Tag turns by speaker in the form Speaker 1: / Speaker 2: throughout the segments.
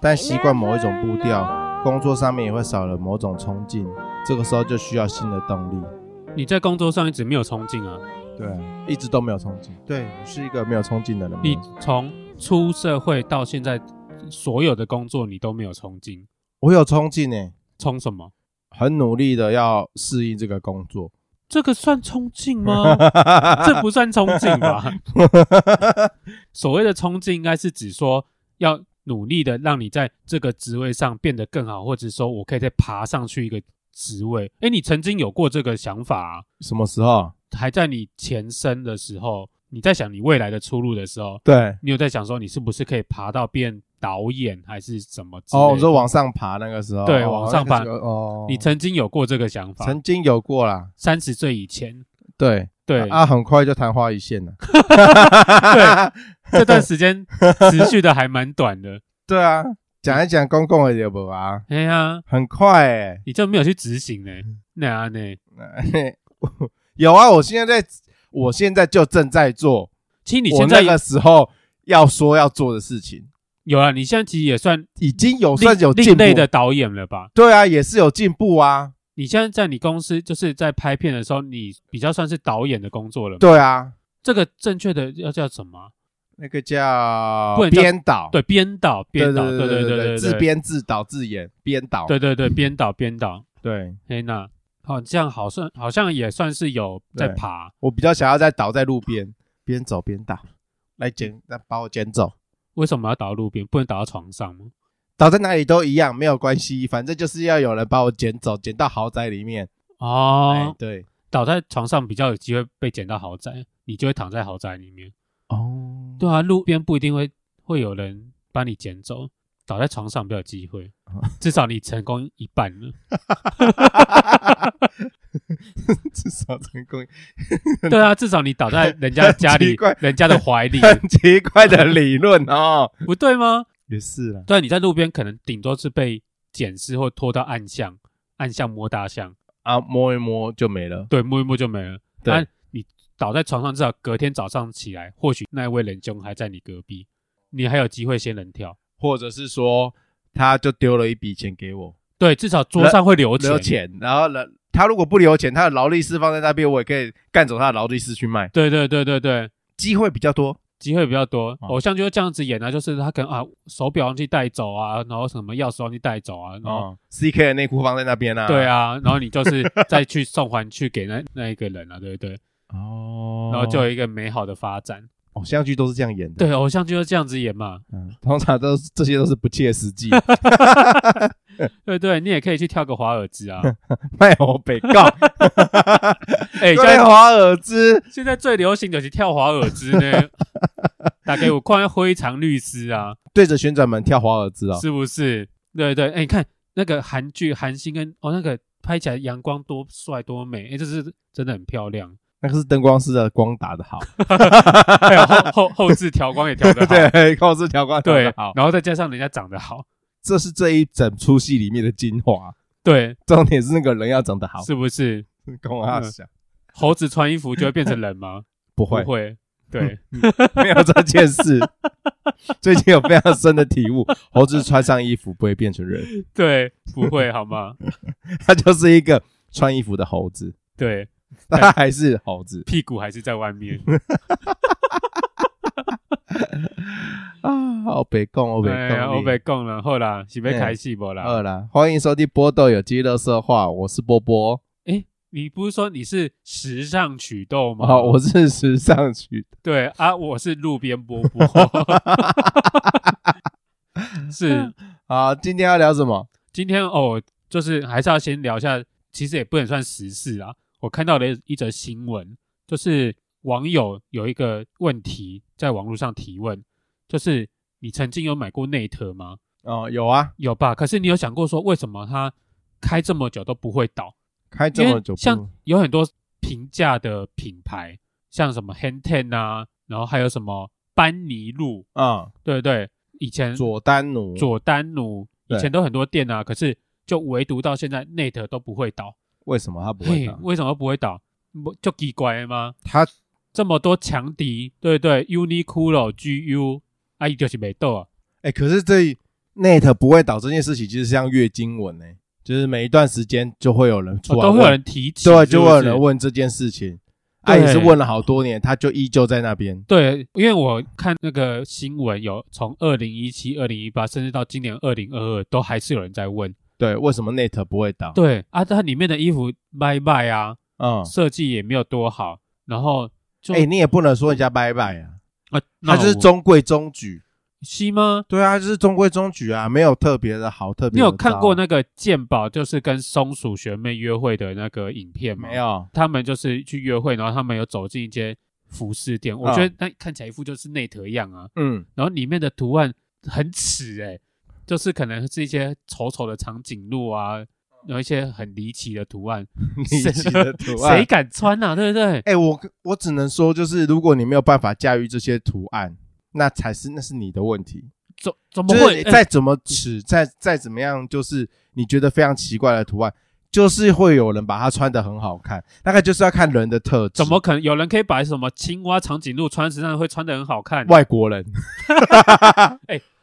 Speaker 1: 但习惯某一种步调，工作上面也会少了某种冲劲，这个时候就需要新的动力。
Speaker 2: 你在工作上一直没有冲劲啊，
Speaker 1: 对啊，一直都没有冲劲。对，我是一个没有冲劲的人。
Speaker 2: 你从出社会到现在，所有的工作你都没有冲劲，
Speaker 1: 我有冲劲呢，
Speaker 2: 冲什么？
Speaker 1: 很努力的要适应这个工作。
Speaker 2: 这个算冲劲吗？这不算冲劲吧？所谓的冲劲，应该是指说要努力的让你在这个职位上变得更好，或者说我可以再爬上去一个职位。哎，你曾经有过这个想法、啊？
Speaker 1: 什么时候？
Speaker 2: 还在你前身的时候，你在想你未来的出路的时候，
Speaker 1: 对，
Speaker 2: 你有在想说你是不是可以爬到变导演还是什么之类的？
Speaker 1: 哦，我说往上爬那个时候，
Speaker 2: 对
Speaker 1: 哦
Speaker 2: 往上爬
Speaker 1: 那个时候哦，
Speaker 2: 你曾经有过这个想法？
Speaker 1: 曾经有过啦，
Speaker 2: 三十岁以前，
Speaker 1: 对
Speaker 2: 对，
Speaker 1: 啊，很快就昙花一现了。
Speaker 2: 对这段时间持续的还蛮短的。
Speaker 1: 对啊，讲一讲公共的有无啊？
Speaker 2: 哎呀，
Speaker 1: 很快哎、
Speaker 2: 你就没有去执行呢？
Speaker 1: 嗯
Speaker 2: 那啊呢？
Speaker 1: 欸， 有啊，我现在在，我现在就正在做
Speaker 2: 其实你
Speaker 1: 我
Speaker 2: 现在
Speaker 1: 那个时候要说要做的事情，
Speaker 2: 有啊了，你现在其实也算
Speaker 1: 已经有
Speaker 2: 另
Speaker 1: 算有进
Speaker 2: 另
Speaker 1: 步
Speaker 2: 类的。导演了吧？
Speaker 1: 对啊，也是有进步啊。
Speaker 2: 你现在在你公司就是在拍片的时候，你比较算是导演的工作了吗。
Speaker 1: 对啊，
Speaker 2: 这个正确的要叫什么啊？
Speaker 1: 那个叫
Speaker 2: 不能叫
Speaker 1: 编导，
Speaker 2: 对，编导，编导，
Speaker 1: 对对
Speaker 2: 对对
Speaker 1: 对
Speaker 2: 对，
Speaker 1: 自，编自导自演编导，
Speaker 2: 对对对，编导，编导。
Speaker 1: 对，
Speaker 2: 嘿那好，这样好算，好像也算是有在
Speaker 1: 对
Speaker 2: 爬。
Speaker 1: 我比较想要在倒在路边，边走边倒，来捡，来把我捡走，
Speaker 2: 为什么要倒到路边？不能倒到床上吗？
Speaker 1: 倒在哪里都一样，没有关系，反正就是要有人把我捡走，捡到豪宅里面。哎
Speaker 2: 哦，，
Speaker 1: 对，
Speaker 2: 倒在床上比较有机会被捡到豪宅，你就会躺在豪宅里面。
Speaker 1: 哦，
Speaker 2: 对啊，路边不一定会会有人把你捡走，倒在床上比较有 机会
Speaker 1: 哦，
Speaker 2: 至少你成功一半 了。
Speaker 1: 至少成功。
Speaker 2: 对啊，至少你倒在人家家
Speaker 1: 很
Speaker 2: 里
Speaker 1: 奇怪、
Speaker 2: 人家的怀 里，
Speaker 1: 很奇怪的理论哦，
Speaker 2: 不对吗？
Speaker 1: 也是啦。
Speaker 2: 对啊，你在路边可能顶多是被捡尸或拖到暗巷，暗巷摸大象，
Speaker 1: 啊，摸一摸就没了。
Speaker 2: 对，摸一摸就没了。
Speaker 1: 对
Speaker 2: 啊，你倒在床上，至少隔天早上起来，或许那位仁兄还在你隔壁，你还有机会仙人跳。
Speaker 1: 或者是说，他就丢了一笔钱给我，
Speaker 2: 对，至少桌上会留钱。
Speaker 1: 留钱，然后呢，他如果不留钱，他的劳力士放在那边，我也可以干走他的劳力士去卖，
Speaker 2: 对对对对对，
Speaker 1: 机会比较多。
Speaker 2: 机会比较多。
Speaker 1: 哦
Speaker 2: 偶像就会这样子演啊，就是他可能啊手表忘记带走啊，然后什么钥匙忘记带走啊，然后、
Speaker 1: 哦，CK 的内裤放在那边啊。
Speaker 2: 对，啊，然后你就是再去送还去给那那一个人啊，对不对？
Speaker 1: 哦，
Speaker 2: 然后就有一个美好的发展。
Speaker 1: 偶像剧都是这样演的。，
Speaker 2: 对，偶像剧就这样子演嘛。
Speaker 1: 嗯，通常都是这些都是不切实 际，
Speaker 2: 对对，你也可以去跳个华尔 兹啊。
Speaker 1: 卖我北 告，
Speaker 2: 哎、现
Speaker 1: 卖
Speaker 2: 在
Speaker 1: 华尔兹。
Speaker 2: 现在最流行的是跳华尔兹 呢，打给我看灰常律师啊，
Speaker 1: 对着旋转门跳华尔兹哦，
Speaker 2: 是不是？对对，哎、你看那个韩剧韩星跟哦那个拍起来阳光多帅多美，哎、这是真的很漂 亮。
Speaker 1: 那个是灯光师的光打的 好，
Speaker 2: 还有后后后置调光也调得好，
Speaker 1: 对，光是调光打
Speaker 2: 对
Speaker 1: 的好，
Speaker 2: 然后再加上人家长得好，
Speaker 1: 这是这一整出戏里面的精华。
Speaker 2: 对，
Speaker 1: 重点是那个人要长得好，
Speaker 2: 是嗯不是？
Speaker 1: 跟我阿想
Speaker 2: 猴子穿衣服就会变成人吗？
Speaker 1: 不
Speaker 2: 不
Speaker 1: 会，
Speaker 2: 会， 对，
Speaker 1: 没有这件事。 最近有非常深的体悟，猴子穿上衣服不会变成人，
Speaker 2: 对，不会，好吗？
Speaker 1: 他就是一个穿衣服的猴子，
Speaker 2: 对，
Speaker 1: 他还是猴子
Speaker 2: 屁股还是在外面，
Speaker 1: 啊！好北贡，欧北
Speaker 2: 对，
Speaker 1: 贡，
Speaker 2: 哎我被供了，后啦，是被
Speaker 1: 哎
Speaker 2: 开戏不啦？
Speaker 1: 二啦！欢迎收听波豆有机乐色话，我是波波，
Speaker 2: 你不是说你是时尚曲豆吗？
Speaker 1: 好，我是时尚曲
Speaker 2: 对啊，我是路边波 波，是
Speaker 1: 好，今天要聊什么？
Speaker 2: 今天哦，就是还是要先聊一下，其实也不能算时事啊。我看到了一则新闻，就是网友有一个问题在网络上提问，就是你曾经有买过内特吗？
Speaker 1: 哦，有啊，
Speaker 2: 有吧？可是你有想过说，为什么它开这么久都不会倒？
Speaker 1: 开这
Speaker 2: 因
Speaker 1: 么
Speaker 2: 为
Speaker 1: 久不，
Speaker 2: 像有很多平价的品牌，像什么 Henten 啊，然后还有什么班尼路，
Speaker 1: 啊、
Speaker 2: 对不对？以前
Speaker 1: 佐丹奴，
Speaker 2: 佐丹奴以
Speaker 1: 对
Speaker 2: 前都很多店啊，可是就唯独到现在 Net 都不会倒，
Speaker 1: 为什么他不会
Speaker 2: 嘿
Speaker 1: 打，？
Speaker 2: 为什么不会倒？不就奇怪吗？
Speaker 1: 他
Speaker 2: 这么多强敌，对不对，Uniqlo、GU，啊，伊就是没倒啊，
Speaker 1: 哎、可是这 net 不会导致这件事情，就是像月经文呢、就是每一段时间就会有人出来
Speaker 2: 哦都会有
Speaker 1: 问
Speaker 2: 人提起，
Speaker 1: 啊对，啊就会有
Speaker 2: 是不是
Speaker 1: 人问这件事情。啊，
Speaker 2: 对
Speaker 1: 也是问了好多年，他就依旧在那边。
Speaker 2: 对，因为我看那个新闻，有从二零一七、二零一八，甚至到今年二零二二，都还是有人在问。
Speaker 1: 对，为什么 net 不会倒？，
Speaker 2: 对啊，它里面的衣服拜拜啊，
Speaker 1: 嗯，
Speaker 2: 设计也没有多好，然后就
Speaker 1: 哎、你也不能说人家拜拜啊，
Speaker 2: 啊，
Speaker 1: 他就是中规中矩。
Speaker 2: 西吗？
Speaker 1: 对啊，就是中规中矩啊，没有特别的好，特别
Speaker 2: 你
Speaker 1: 的
Speaker 2: 有看
Speaker 1: 糟
Speaker 2: 过那个鉴宝，就是跟松鼠学妹约会的那个影片吗？
Speaker 1: 没，有？
Speaker 2: 他们就是去约会，然后他们有走进一间服饰店，我
Speaker 1: 嗯
Speaker 2: 觉得那看起来一副就是内特一样啊，
Speaker 1: 嗯，
Speaker 2: 然后里面的图案很耻哎、就是可能是一些丑丑的长颈鹿啊，然后一些很离奇的图案，
Speaker 1: 你起的图案
Speaker 2: 谁敢穿啊？对不对？
Speaker 1: 哎、我我只能说，就是如果你没有办法驾驭这些图案，那才是那是你的问题。
Speaker 2: 怎怎么
Speaker 1: 就是
Speaker 2: 会？
Speaker 1: 你
Speaker 2: 哎
Speaker 1: 再怎么尺，再再怎么样，就是你觉得非常奇怪的图案，就是会有人把它穿得很好看。大概就是要看人的特质。
Speaker 2: 怎么可能有人可以把什么青蛙、长颈鹿穿在身上会穿得很好看？外
Speaker 1: 外国人？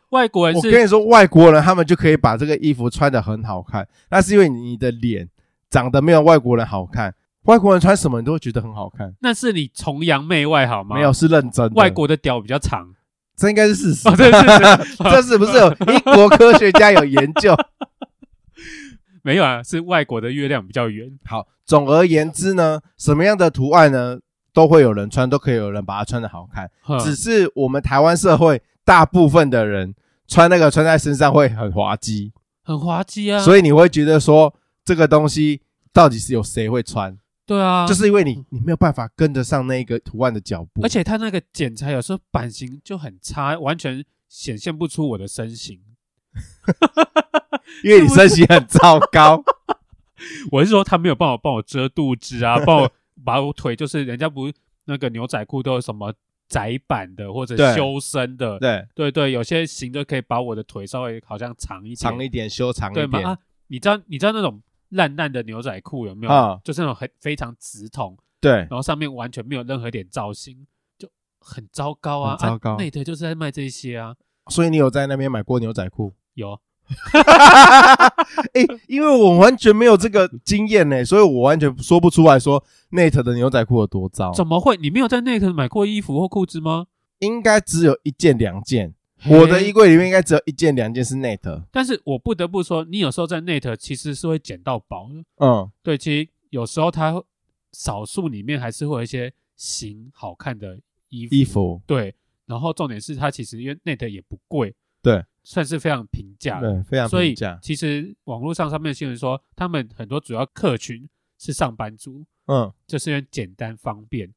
Speaker 2: 外国人
Speaker 1: 我
Speaker 2: 是
Speaker 1: 跟你说，外国人他们就可以把这个衣服穿得很好看，那是因为你的脸长得没有外国人好看。外国人穿什么你都会觉得很好看，
Speaker 2: 那是你崇洋媚外好吗？
Speaker 1: 没有是认真的。
Speaker 2: 外国的屌比较长，
Speaker 1: 这应该是事实
Speaker 2: 哦，。对是是
Speaker 1: 这是不是有英国科学家有研究？
Speaker 2: 没有啊，是外国的月亮比较圆。
Speaker 1: 好，总而言之呢，什么样的图案呢，都会有人穿，都可以有人把它穿的好看。
Speaker 2: 哼
Speaker 1: 只是我们台湾社会大部分的人穿那个穿在身上会很滑稽，
Speaker 2: 很滑稽啊，以
Speaker 1: 所以你会觉得说这个东西到底是有谁会穿，
Speaker 2: 对啊，
Speaker 1: 就是因为你你没有办法跟得上那个图案的脚步，
Speaker 2: 而且它那个剪裁有时候版型就很差，完全显现不出我的身形。
Speaker 1: 因为你身形很糟 糕，
Speaker 2: 我是说他没有办法帮我遮肚子 啊，帮我把我腿，就是人家不是那个牛仔裤都有什么窄版的或者
Speaker 1: 对
Speaker 2: 修身的，
Speaker 1: 对，
Speaker 2: 对对，有些型就可以把我的腿稍微好像长一点，
Speaker 1: 长一点，修长
Speaker 2: 对
Speaker 1: 一
Speaker 2: 吗？
Speaker 1: 点，
Speaker 2: 啊，你知道你知道那种烂烂的牛仔裤有没有？
Speaker 1: 啊
Speaker 2: 就是那种很非常直筒，
Speaker 1: 对，
Speaker 2: 然后上面完全没有任何一点造型，就很糟糕啊！
Speaker 1: 很糟糕
Speaker 2: 啊内特就是在卖这些啊，
Speaker 1: 所以你有在那边买过牛仔裤？
Speaker 2: 有
Speaker 1: 哎、因为我完全没有这个经验呢、所以我完全说不出来说 Net 的牛仔裤有多糟。
Speaker 2: 怎么会？你没有在内特买过衣服或裤子吗？
Speaker 1: 应该只有一件两件，我的
Speaker 2: 嘿
Speaker 1: 衣柜里面应该只有一件两件是 Net。
Speaker 2: 但是我不得不说，你有时候在内特其实是会捡到宝的。
Speaker 1: 嗯，
Speaker 2: 对，其实有时候它会少数里面还是会有一些型好看的衣服。
Speaker 1: 衣服
Speaker 2: 对，然后重点是它其实因为内特也不贵，
Speaker 1: 对，
Speaker 2: 算是非常平价的。
Speaker 1: 对非常
Speaker 2: 所以
Speaker 1: 平价。
Speaker 2: 其实网络上上面的新闻说，他们很多主要客群是上班族，
Speaker 1: 嗯，
Speaker 2: 就是因为简单方便，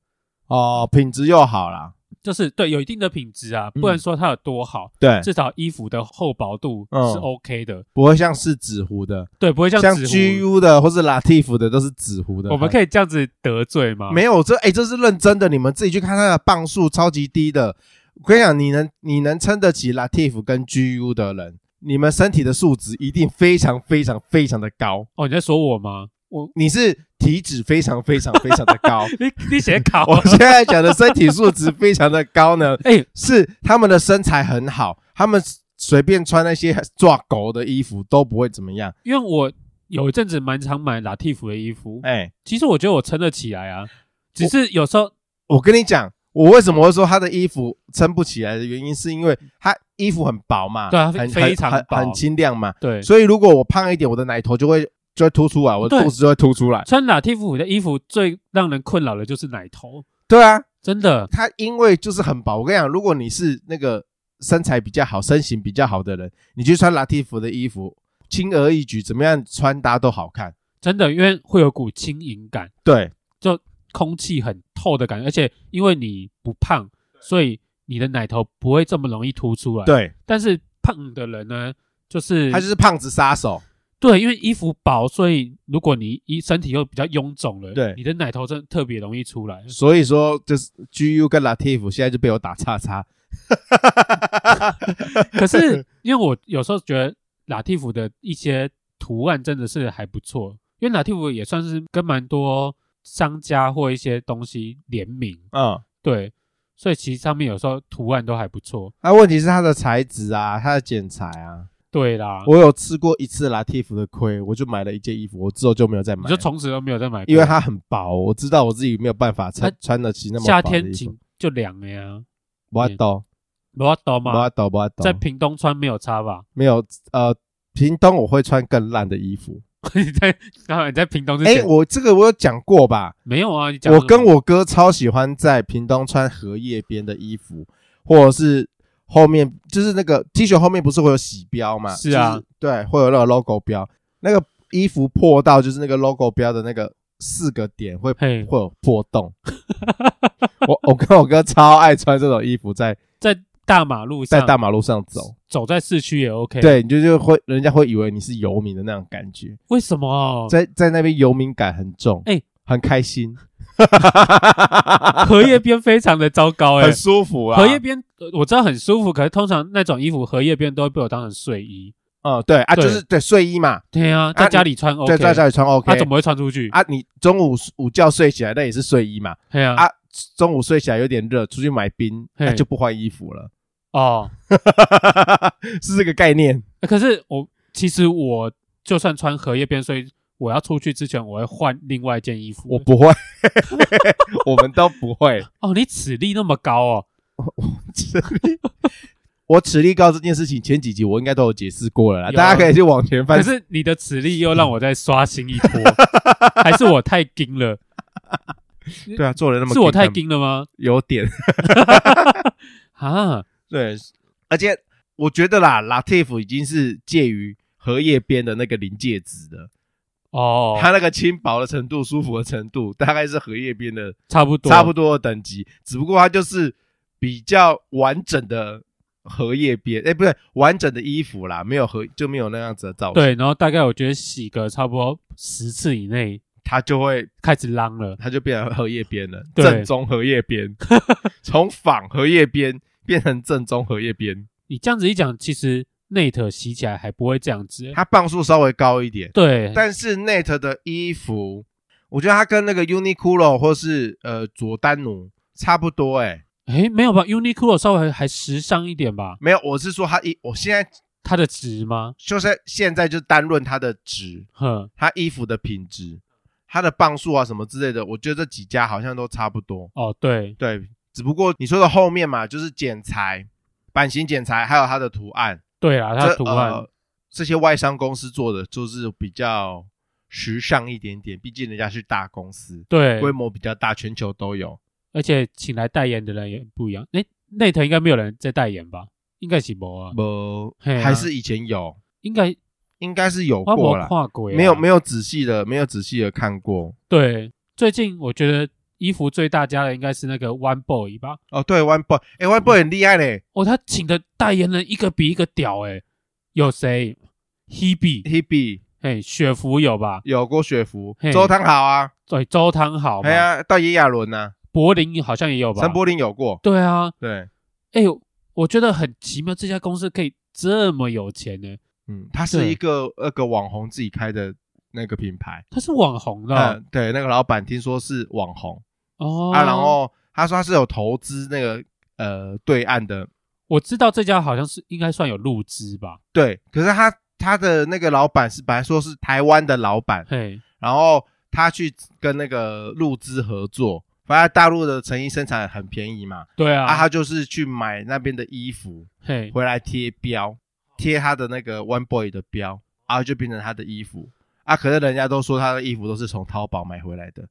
Speaker 1: 哦，品质又好啦。
Speaker 2: 就是对有一定的品质啊，不能说它有多好，
Speaker 1: 嗯对，
Speaker 2: 至少衣服的厚薄度
Speaker 1: 嗯
Speaker 2: 是 OK 的，
Speaker 1: 不会像是纸糊的，
Speaker 2: 对，不会像
Speaker 1: 像
Speaker 2: 纸糊
Speaker 1: GU 的或是 Latif 的都是纸糊的。
Speaker 2: 我们可以这样子得罪吗？
Speaker 1: 没有这哎、这是认真的，你们自己去看它的磅数超级低的。我跟你讲，你能你能撑得起 Latif 跟 GU 的人，你们身体的素质一定非常非常非常的高。
Speaker 2: 哦，你在说我吗？ 我
Speaker 1: 你是体脂非常非常非常的高，
Speaker 2: 你你写啊考
Speaker 1: 我现在讲的身体素质非常的高呢，
Speaker 2: 哎，
Speaker 1: 是他们的身材很好，他们随便穿那些抓狗的衣服都不会怎么样。
Speaker 2: 因为我有一阵子蛮常买拉蒂夫的衣服，
Speaker 1: 哎、
Speaker 2: 其实我觉得我撑得起来啊，只是有时候
Speaker 1: 我跟你讲，我为什么会说他的衣服撑不起来的原因，是因为他衣服很薄嘛，
Speaker 2: 对啊
Speaker 1: 很
Speaker 2: 非常
Speaker 1: 很
Speaker 2: 薄
Speaker 1: 很很轻量嘛，
Speaker 2: 对
Speaker 1: 所以如果我胖一点，我的奶头就会就会凸出来，我的
Speaker 2: 对
Speaker 1: 肚子就会凸出来。
Speaker 2: 穿拉蒂夫的衣服最让人困扰的就是奶头，
Speaker 1: 对啊，
Speaker 2: 真的。
Speaker 1: 它因为就是很薄。我跟你讲，如果你是那个身材比较好、身形比较好的人，你去穿拉蒂夫的衣服，轻而易举，怎么样穿搭都好看。
Speaker 2: 真的，因为会有股轻盈感，
Speaker 1: 对，
Speaker 2: 空气很透的感觉，而且因为你不胖，所以你的奶头不会这么容易凸出来。，
Speaker 1: 对，
Speaker 2: 但是胖的人呢，就是
Speaker 1: 他就是胖子杀手。
Speaker 2: 对，因为衣服薄，所以如果你一身体又比较臃肿了，
Speaker 1: 对
Speaker 2: 你的奶头真的特别容易出来。
Speaker 1: 所以说，就是 GU 跟拉蒂夫现在就被我打叉叉。
Speaker 2: 可是因为我有时候觉得拉蒂夫的一些图案真的是还不错，因为拉蒂夫也算是跟蛮多商家或一些东西联名，
Speaker 1: 嗯，
Speaker 2: 对，所以其实上面有时候图案都还不错。
Speaker 1: 那、问题是它的材质啊，它的剪裁啊，
Speaker 2: 对啦，
Speaker 1: 我有吃过一次拉蒂夫的亏，我就买了一件衣服，我之后就没有再买了。
Speaker 2: 你就从此都没有再买过，
Speaker 1: 因为它很薄，我知道我自己没有办法穿
Speaker 2: 它
Speaker 1: 穿得起那么
Speaker 2: 夏
Speaker 1: 薄的
Speaker 2: 天
Speaker 1: 衣服
Speaker 2: 紧就凉了呀，
Speaker 1: 不爱抖，
Speaker 2: 没办法
Speaker 1: 不
Speaker 2: 吗
Speaker 1: 爱？抖，不爱抖
Speaker 2: 在。屏东穿没有差吧？
Speaker 1: 没有呃，屏东我会穿更烂的衣服。
Speaker 2: 你在然后你在屏东是
Speaker 1: 哎，
Speaker 2: 谁
Speaker 1: 我这个我有讲过吧？
Speaker 2: 没有啊？你讲
Speaker 1: 我
Speaker 2: 什么
Speaker 1: 跟我哥超喜欢在屏东穿荷叶边的衣服，或者是后面就是那个 T 恤后面不是会有洗标嘛？
Speaker 2: 是啊
Speaker 1: 就对，会有那个 logo 标，那个衣服破到就是那个 logo 标的那个四个点会
Speaker 2: 嘿
Speaker 1: 会有破 洞。我我跟我哥超爱穿这种衣服在，
Speaker 2: 在大马路
Speaker 1: 在
Speaker 2: 上
Speaker 1: 大马路上走，
Speaker 2: 走在市区也 OK，，
Speaker 1: 对，你就就会人家会以为你是游民的那种感觉，
Speaker 2: 为什么？
Speaker 1: 在在那边游民感很重，
Speaker 2: 哦哎
Speaker 1: 很开心，
Speaker 2: 荷叶边非常的糟糕哎
Speaker 1: 很，舒服啊。
Speaker 2: 荷叶边呃我知道很舒服，可是通常那种衣服荷叶边都会被我当成睡衣。
Speaker 1: 嗯，对啊，
Speaker 2: 对
Speaker 1: 就是对睡衣嘛，
Speaker 2: 对啊，在家里穿 OK，
Speaker 1: 对，在家里穿 OK，
Speaker 2: 他怎么会穿出去？
Speaker 1: 啊？你中午午觉睡起来，那也是睡衣嘛。
Speaker 2: 对啊，
Speaker 1: 啊，中午睡起来有点热，出去买冰，
Speaker 2: 嘿
Speaker 1: 那就不换衣服了，
Speaker 2: 哦，
Speaker 1: 是这个概念。
Speaker 2: 欸可是我其实我就算穿荷叶边，所以我要出去之前，我会换另外一件衣服。
Speaker 1: 我不 会，我们都不 会。
Speaker 2: 哦，你齿力那么高哦，
Speaker 1: 我齿力高这件事情，前几集我应该都有解释过了啦，
Speaker 2: 有啊
Speaker 1: 大家可以去往前翻
Speaker 2: 可。是你的齿力又让我再刷新一波， 还是我太精了？
Speaker 1: 对啊，做人那么
Speaker 2: 是我
Speaker 1: 健康
Speaker 2: 太精了吗？
Speaker 1: 有 点
Speaker 2: 啊，
Speaker 1: 对，而且我觉得啦，Latif 已经是介于荷叶边的那个临界值了。
Speaker 2: 哦，
Speaker 1: 它那个轻薄的程度、舒服的程度，大概是荷叶边的
Speaker 2: 差不多，
Speaker 1: 差不多的等级，只不过它就是比较完整的荷叶边，哎、不对，完整的衣服啦，没有荷就没有那样子的造型，，
Speaker 2: 对。然后大概我觉得洗个差不多十次以内
Speaker 1: 它就会
Speaker 2: 开始浪了，
Speaker 1: 它就变成荷叶边了，
Speaker 2: 对
Speaker 1: 正宗荷叶 边，从仿荷叶边变成正宗荷叶边，
Speaker 2: 你这样子一讲，其实 Net 洗起来还不会这样子。欸
Speaker 1: 它磅数稍微高一点，
Speaker 2: 对，
Speaker 1: 但是 Net 的衣服，我觉得它跟那个 Uniqlo 或是呃佐丹奴差不多、哎。
Speaker 2: 诶，没有吧？Uniqlo 稍微还时尚一点吧？
Speaker 1: 没有，我是说它一，我现在
Speaker 2: 它的值吗？
Speaker 1: 就是现在就单论它的值，
Speaker 2: 哼，
Speaker 1: 它衣服的品质、它的磅数啊什么之类的，我觉得这几家好像都差不多。
Speaker 2: 哦，对，
Speaker 1: 对，只不过你说的后面嘛，就是剪裁、版型剪裁，还有它的图案，
Speaker 2: 对啦，它的
Speaker 1: 这
Speaker 2: 图案，
Speaker 1: 呃这些外商公司做的就是比较时尚一点点，毕竟人家是大公司，
Speaker 2: 对，
Speaker 1: 规模比较大，全球都有。
Speaker 2: 而且请来代言的人也不一样。诶 n e t 应该没有人在代言吧？应该是没啊，
Speaker 1: 不，
Speaker 2: 嘿啊
Speaker 1: 还是以前有，
Speaker 2: 应该
Speaker 1: 应该是有
Speaker 2: 花
Speaker 1: 过
Speaker 2: 博
Speaker 1: 啦，
Speaker 2: 跨国
Speaker 1: 没有没
Speaker 2: 有。
Speaker 1: 有仔细的没有仔细的看过。
Speaker 2: 对，最近我觉得衣服最大家的应该是那个 One Boy 吧？
Speaker 1: 哦，对，One Boy，哎、o n e Boy 很厉害嘞
Speaker 2: 哦，他请的代言人一个比一个屌诶、有谁？Hebe，
Speaker 1: ，Hebe
Speaker 2: 嘿，哎雪芙有吧？
Speaker 1: 有郭雪芙
Speaker 2: 嘿、
Speaker 1: 周汤豪啊，
Speaker 2: 对，周汤好嘛
Speaker 1: 哎，呀，到炎亚纶呐，
Speaker 2: 柏林好像也有吧？
Speaker 1: 陈柏霖有过，
Speaker 2: 对啊，
Speaker 1: 对，
Speaker 2: 哎、呦，我觉得很奇妙，这家公司可以这么有钱呢、
Speaker 1: 嗯，他是
Speaker 2: 对
Speaker 1: 一个那个网红自己开的那个品牌，
Speaker 2: 他是网红的
Speaker 1: 嗯、
Speaker 2: 哦，
Speaker 1: 对，那个老板听说是网红、
Speaker 2: 哦
Speaker 1: 啊，然后他说他是有投资那个呃对岸的，
Speaker 2: 我知道这家好像是应该算有入资吧，
Speaker 1: 对，可是他他的那个老板是本来说是台湾的老板，
Speaker 2: 嘿，
Speaker 1: 然后他去跟那个陆资合作，反正大陆的成衣生产很便宜嘛，
Speaker 2: 对啊，
Speaker 1: 啊，他就是去买那边的衣服
Speaker 2: 嘿，
Speaker 1: 回来贴标，贴他的那个 One Boy 的标，然后就变成他的衣服啊。可是人家都说他的衣服都是从淘宝买回来的，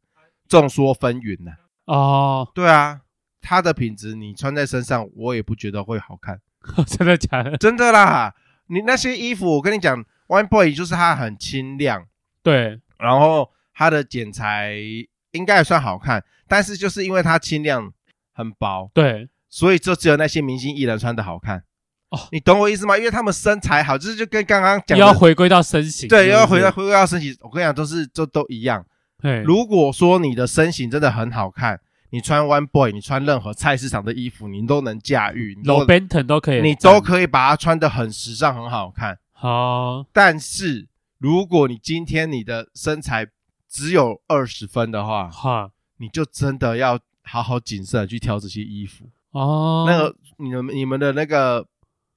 Speaker 1: 众说纷纭呐、
Speaker 2: 哦，
Speaker 1: 对啊，他的品质你穿在身上，我也不觉得会好看，
Speaker 2: 真的假的？
Speaker 1: 真的啦。你那些衣服，我跟你讲，One Boy 就是它很清亮，
Speaker 2: 对，
Speaker 1: 然后它的剪裁应该也算好看，但是就是因为它清亮很薄，
Speaker 2: 对，
Speaker 1: 所以就只有那些明星艺人穿的好看。
Speaker 2: 哦
Speaker 1: 你懂我意思吗？因为他们身材好，就是就跟刚刚
Speaker 2: 又
Speaker 1: 讲
Speaker 2: 要
Speaker 1: 的，
Speaker 2: 回归到身形，
Speaker 1: 对，
Speaker 2: 是不是
Speaker 1: 又要回到，回归到身形。我跟你讲，都是都都一样。
Speaker 2: 嘿，
Speaker 1: 如果说你的身形真的很好看，你穿 One Boy，你穿任何菜市场的衣服，你都能驾驭，你
Speaker 2: low
Speaker 1: 都
Speaker 2: Benton 都可以，嗯
Speaker 1: 你都可以把它穿的很时尚、很好看。
Speaker 2: 好，
Speaker 1: 但是如果你今天你的身材只有二十分的话，
Speaker 2: 哈，
Speaker 1: 你就真的要好好谨慎地去挑这些衣服。
Speaker 2: 哦，
Speaker 1: 那个你们你们的那个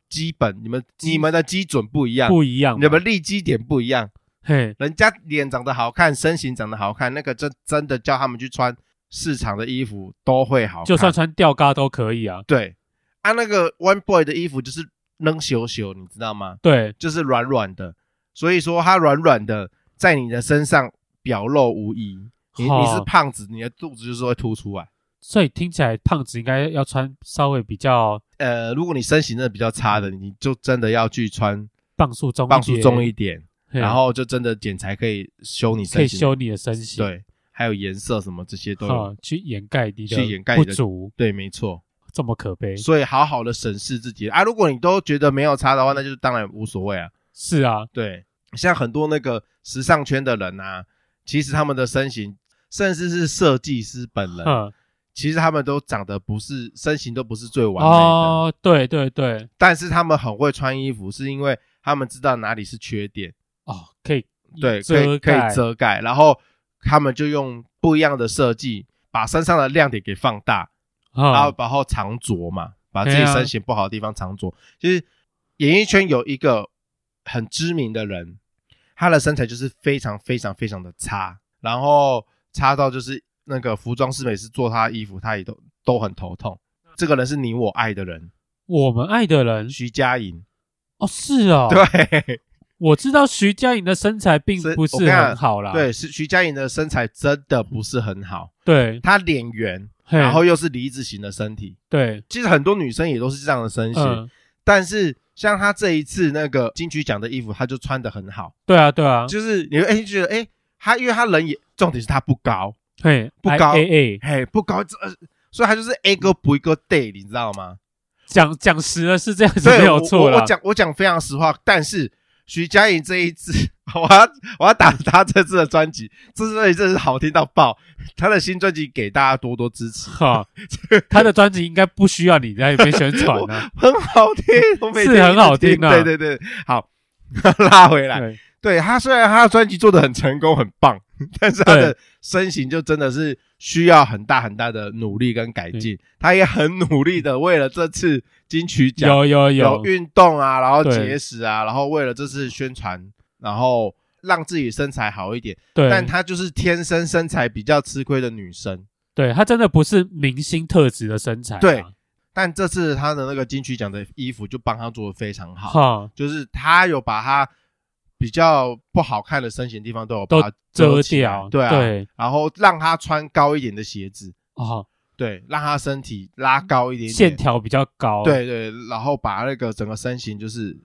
Speaker 1: 基本，你们
Speaker 2: 基
Speaker 1: 你们的基准不一样，
Speaker 2: 不一样嘛。
Speaker 1: 你们立基点不一样。
Speaker 2: 嘿，
Speaker 1: 人家脸长得好看，身形长得好看，那个真真的叫他们去穿市场的衣服都会好看。
Speaker 2: 就算穿吊嘎都可以啊。
Speaker 1: 对啊，那个 One Boy 的衣服就是扔咻咻，你知道吗？
Speaker 2: 对，
Speaker 1: 就是软软的，所以说它软软的在你的身上表露无遗。你
Speaker 2: 好
Speaker 1: 你是胖子，你的肚子就是会凸出来。
Speaker 2: 所以听起来胖子应该要穿稍微比较
Speaker 1: 呃，如果你身形真的比较差的，你就真的要去穿
Speaker 2: 磅数重一点，
Speaker 1: 磅数重一点，
Speaker 2: 嘿，
Speaker 1: 然后就真的剪裁可以修你
Speaker 2: 啊可以
Speaker 1: 身形，
Speaker 2: 修你的身形，
Speaker 1: 对，还有颜色什么这些都有。
Speaker 2: 哈，去掩盖你的
Speaker 1: 去掩盖
Speaker 2: 不
Speaker 1: 你的
Speaker 2: 足，
Speaker 1: 对，没错。
Speaker 2: 这么可悲。
Speaker 1: 所以好好的审视自己啊，如果你都觉得没有差的话，那就是当然无所谓啊。
Speaker 2: 是啊，
Speaker 1: 对，像很多那个时尚圈的人啊，其实他们的身形，甚至是设计师本人，
Speaker 2: 嗯，
Speaker 1: 其实他们都长得不是身形都不是最完美的，
Speaker 2: 哦，对对对，
Speaker 1: 但是他们很会穿衣服，是因为他们知道哪里是缺点，
Speaker 2: 哦，可以
Speaker 1: 对，可
Speaker 2: 遮
Speaker 1: 以可
Speaker 2: 盖
Speaker 1: 以遮盖，然后他们就用不一样的设计，把身上的亮点给放大，然后
Speaker 2: 啊，
Speaker 1: 然后藏拙嘛，把自己
Speaker 2: 对啊
Speaker 1: 身形不好的地方藏拙。其实演艺圈有一个很知名的人，他的身材就是非常非常非常的差，然后差到就是那个服装师每次做他的衣服，他也都都很头痛。这个人是你我爱的人，
Speaker 2: 我们爱的人
Speaker 1: 徐佳莹。
Speaker 2: 哦，是哦，
Speaker 1: 对
Speaker 2: 我知道徐佳莹的身材并
Speaker 1: 是
Speaker 2: 不
Speaker 1: 我跟
Speaker 2: 是
Speaker 1: 你讲
Speaker 2: 很好啦，
Speaker 1: 对，是徐佳莹的身材真的不是很好，
Speaker 2: 对，
Speaker 1: 她脸圆，
Speaker 2: 嘿
Speaker 1: 然后又是离子型的身体。
Speaker 2: 对，
Speaker 1: 其实很多女生也都是这样的身形，
Speaker 2: 嗯，
Speaker 1: 但是像她这一次那个金曲奖的衣服，她就穿的很好，
Speaker 2: 对啊，对啊，
Speaker 1: 就是你会哎、觉得哎，她因为她人也重点是她不高，
Speaker 2: 嘿，哎
Speaker 1: 不高
Speaker 2: A A，
Speaker 1: 嘿不高，这呃所以她就是 A 哥不一个 day，你知道吗？
Speaker 2: 讲讲实了是这样子
Speaker 1: 对，
Speaker 2: 没有错
Speaker 1: 我我
Speaker 2: 啦
Speaker 1: 我，讲我讲非常实话，但是徐佳莹这一支， 我要我要打她这次的专辑，这支专辑真是好听到爆，她的新专辑给大家多多支持，
Speaker 2: 哈， 他的专辑应该不需要你在那边宣传 啊，
Speaker 1: 很好听，我每
Speaker 2: 是
Speaker 1: 天
Speaker 2: 很
Speaker 1: 一直
Speaker 2: 好听啊
Speaker 1: 对对对，好 拉回来。
Speaker 2: 对，
Speaker 1: 对他虽然他的专辑做的很成功很棒， 但是他的身形就真的是需要很大很大的努力跟改进。他也很努力的为了这次金曲奖
Speaker 2: 有有有，
Speaker 1: 运动啊，然后
Speaker 2: 对
Speaker 1: 节食啊，然后为了这次宣传，然后让自己身材好一点。
Speaker 2: 对，
Speaker 1: 但她就是天生身材比较吃亏的女生。
Speaker 2: 对他真的不是明星特质的身材啊，
Speaker 1: 对但这次她的那个金曲奖的衣服就帮她做的非常好，
Speaker 2: 哈，
Speaker 1: 就是她有把她比较不好看的身形地方都有
Speaker 2: 都
Speaker 1: 把它
Speaker 2: 遮
Speaker 1: 起来
Speaker 2: 掉，
Speaker 1: 对啊，
Speaker 2: 对，
Speaker 1: 然后让他穿高一点的鞋子，
Speaker 2: 哦，
Speaker 1: 对，让他身体拉高一点点
Speaker 2: 线，条比较高，，
Speaker 1: 对对，然后把那个整个身形就是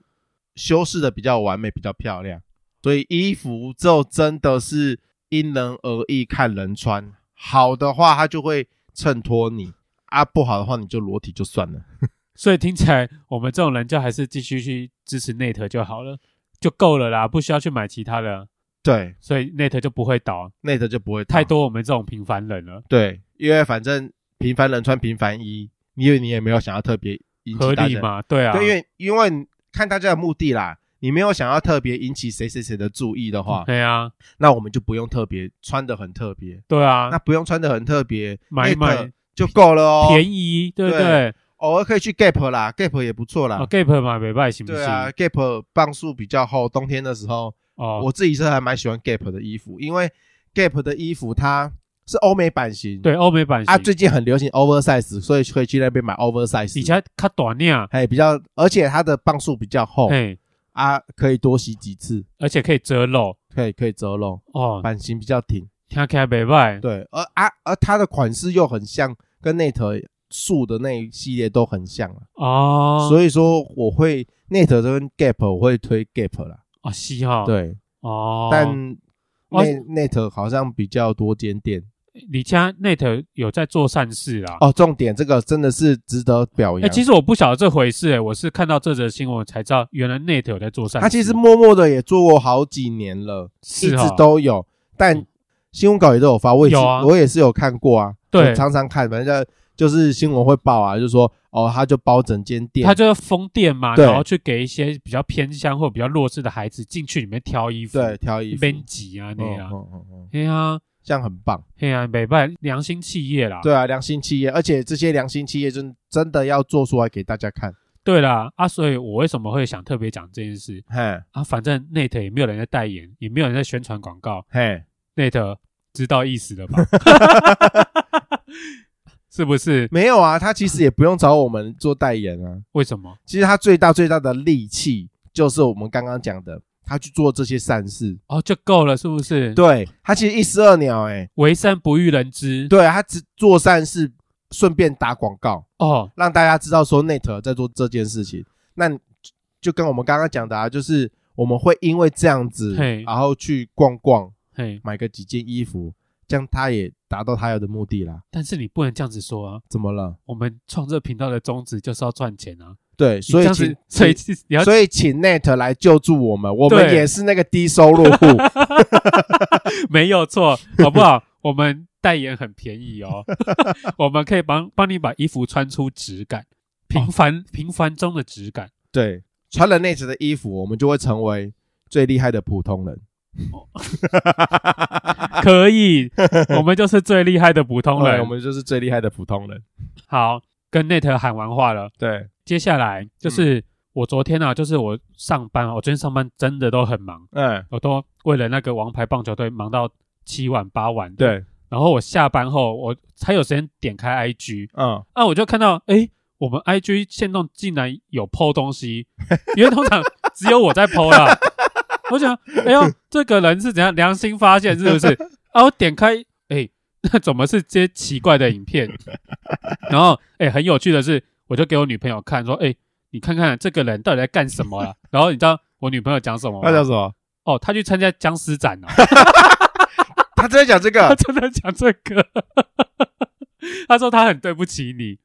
Speaker 1: 修饰的比较完美，比较漂亮。所以衣服就真的是因人而异，看人穿。好的话，它就会衬托你啊；不好的话，你就裸体就算了。
Speaker 2: 所以听起来我们这种人就还是继续去支持 Net 就好了，就够了啦，不需要去买其他的，
Speaker 1: 对，
Speaker 2: 所以 Net 就不会倒，
Speaker 1: 那个就不会
Speaker 2: 太
Speaker 1: 多。
Speaker 2: 多我们这种平凡人了，
Speaker 1: 对，因为反正平凡人穿平凡衣，因为你也没有想要特别引
Speaker 2: 合
Speaker 1: 起大
Speaker 2: 理
Speaker 1: 家
Speaker 2: 嘛？对啊，
Speaker 1: 对，因为因为看大家的目的啦，你没有想要特别引起谁谁谁的注意的话，
Speaker 2: 对啊，
Speaker 1: 那我们就不用特别穿的很特别，
Speaker 2: 对啊
Speaker 1: 那，不用穿的很特别，
Speaker 2: 买一
Speaker 1: Gap
Speaker 2: 买
Speaker 1: 就够了哦，
Speaker 2: 便宜，对不
Speaker 1: 对啊
Speaker 2: 对？
Speaker 1: 偶尔可以去 Gap 啦，Gap 也不错啦。
Speaker 2: 哦，Gap 买美拜行不
Speaker 1: 对
Speaker 2: 行？
Speaker 1: 啊，Gap 磅数比较厚，冬天的时候，
Speaker 2: 哦，
Speaker 1: 我自己是还蛮喜欢 Gap 的衣服，因为 Gap 的衣服它是欧美版型，
Speaker 2: 对，欧美版型
Speaker 1: 啊，，最近很流行 oversize，所以可以去那边买 oversize，
Speaker 2: 以前较短呢，
Speaker 1: 还比较，而且它的磅数比较厚
Speaker 2: 嘿，
Speaker 1: 啊，可以多洗几次。
Speaker 2: 而且可以遮漏
Speaker 1: 可以可以折拢，
Speaker 2: 哦，
Speaker 1: 版型比较挺。
Speaker 2: 听起来美拜，
Speaker 1: 对，而啊而它的款式又很像，跟内特树的那一系列都很像啊。
Speaker 2: 哦，
Speaker 1: 所以说我会内特跟 Gap 我会推 Gap 啦，
Speaker 2: 啊，是哈，，
Speaker 1: 对，
Speaker 2: 哦，
Speaker 1: 但
Speaker 2: 哦
Speaker 1: 内内特好像比较多间店
Speaker 2: 你家 Net 有在做善事啦。
Speaker 1: 哦。重点这个真的是值得表
Speaker 2: 哎、
Speaker 1: 扬。
Speaker 2: 其实我不晓得这回事、哎，我是看到这则新闻我才知道，原来 Net 有在做善事。
Speaker 1: 他其实默默的也做过好几年了，一
Speaker 2: 是
Speaker 1: 直
Speaker 2: 哦
Speaker 1: 都有，但
Speaker 2: 嗯
Speaker 1: 新闻稿也都有发，我也是
Speaker 2: 有啊
Speaker 1: 我也是有看过啊，
Speaker 2: 对
Speaker 1: 我常常看，反正就是新闻会报啊，就说哦，他就包整间店，
Speaker 2: 他就是封店嘛，
Speaker 1: 对
Speaker 2: 然后去给一些比较偏乡或比较弱势的孩子进去里面挑衣服，
Speaker 1: 对，，挑衣服，
Speaker 2: 编辑啊那
Speaker 1: 嗯
Speaker 2: 样，
Speaker 1: 嗯嗯嗯
Speaker 2: 嘿啊
Speaker 1: 这样很棒。
Speaker 2: 嘿啊，美拜良心企业啦。
Speaker 1: 对啊，良心企业，而且这些良心企业真真的要做出来给大家看。
Speaker 2: 对啦，啊，所以我为什么会想特别讲这件事
Speaker 1: 嘿，
Speaker 2: 啊？反正 Net 也没有人在代言，也没有人在宣传广告
Speaker 1: 嘿，
Speaker 2: ，Net 知道意思了吧？ 是不是？
Speaker 1: 没有啊，他其实也不用找我们做代言啊。
Speaker 2: 为什么？
Speaker 1: 其实他最大最大的利器就是我们刚刚讲的，他去做这些善事。
Speaker 2: 哦，就够了，是不是？，
Speaker 1: 对他其实一石二鸟、欸，
Speaker 2: 为善不欲人知。
Speaker 1: 对他只做善事，顺便打广告，
Speaker 2: 哦，
Speaker 1: 让大家知道说 Net 在做这件事情。那你就跟我们刚刚讲的啊，就是我们会因为这样子
Speaker 2: 嘿，
Speaker 1: 然后去逛逛，
Speaker 2: 嘿，
Speaker 1: 买个几件衣服，这样他也达到他要的目的啦。
Speaker 2: 但是你不能这样子说啊！
Speaker 1: 怎么了？
Speaker 2: 我们创这频道的宗旨就是要赚钱啊！
Speaker 1: 对，
Speaker 2: 你
Speaker 1: 所
Speaker 2: 这
Speaker 1: 以
Speaker 2: 样
Speaker 1: 请
Speaker 2: 子，所以你要
Speaker 1: 所以请 Net 来救助我们，我们
Speaker 2: 对
Speaker 1: 也是那个低收入 户。
Speaker 2: 没有错，好不好？我们代言很便宜哦， 我们可以帮帮你把衣服穿出质感，
Speaker 1: 哦
Speaker 2: 平凡、平凡中的质感。
Speaker 1: 对，穿了 Net 的衣服，我们就会成为最厉害的普通人。
Speaker 2: 可以，我们就是最厉害的普通
Speaker 1: 对，
Speaker 2: 人。
Speaker 1: 我们就是最厉害的普通人。
Speaker 2: 好，跟 Net 喊完话了，
Speaker 1: 对，
Speaker 2: 接下来
Speaker 1: 嗯
Speaker 2: 就是、我昨天啊，就是我上班啊，我昨天上班真的都很忙，
Speaker 1: 嗯，
Speaker 2: 我都为了那个王牌棒球队忙到七晚八晚。，
Speaker 1: 对，
Speaker 2: 然后我下班后，我才有时间点开 IG，
Speaker 1: 嗯，
Speaker 2: 啊，我就看到，诶，我们 IG 线动竟然有 PO 东西，因为通常只有我在 PO 啦。我想，哎呦，这个人是怎样良心发现是不是？啊，我点开，诶，那怎么是这些奇怪的影片？然后，诶，很有趣的是，我就给我女朋友看，说，诶，你看看这个人到底在干什么啦？然后你知道我女朋友讲什么
Speaker 1: 那叫
Speaker 2: 吗？
Speaker 1: 什么？
Speaker 2: 哦，她去参加僵尸展哦。
Speaker 1: 他真的讲这
Speaker 2: 他
Speaker 1: 个？
Speaker 2: 真的讲这个， 他说他很对不起你，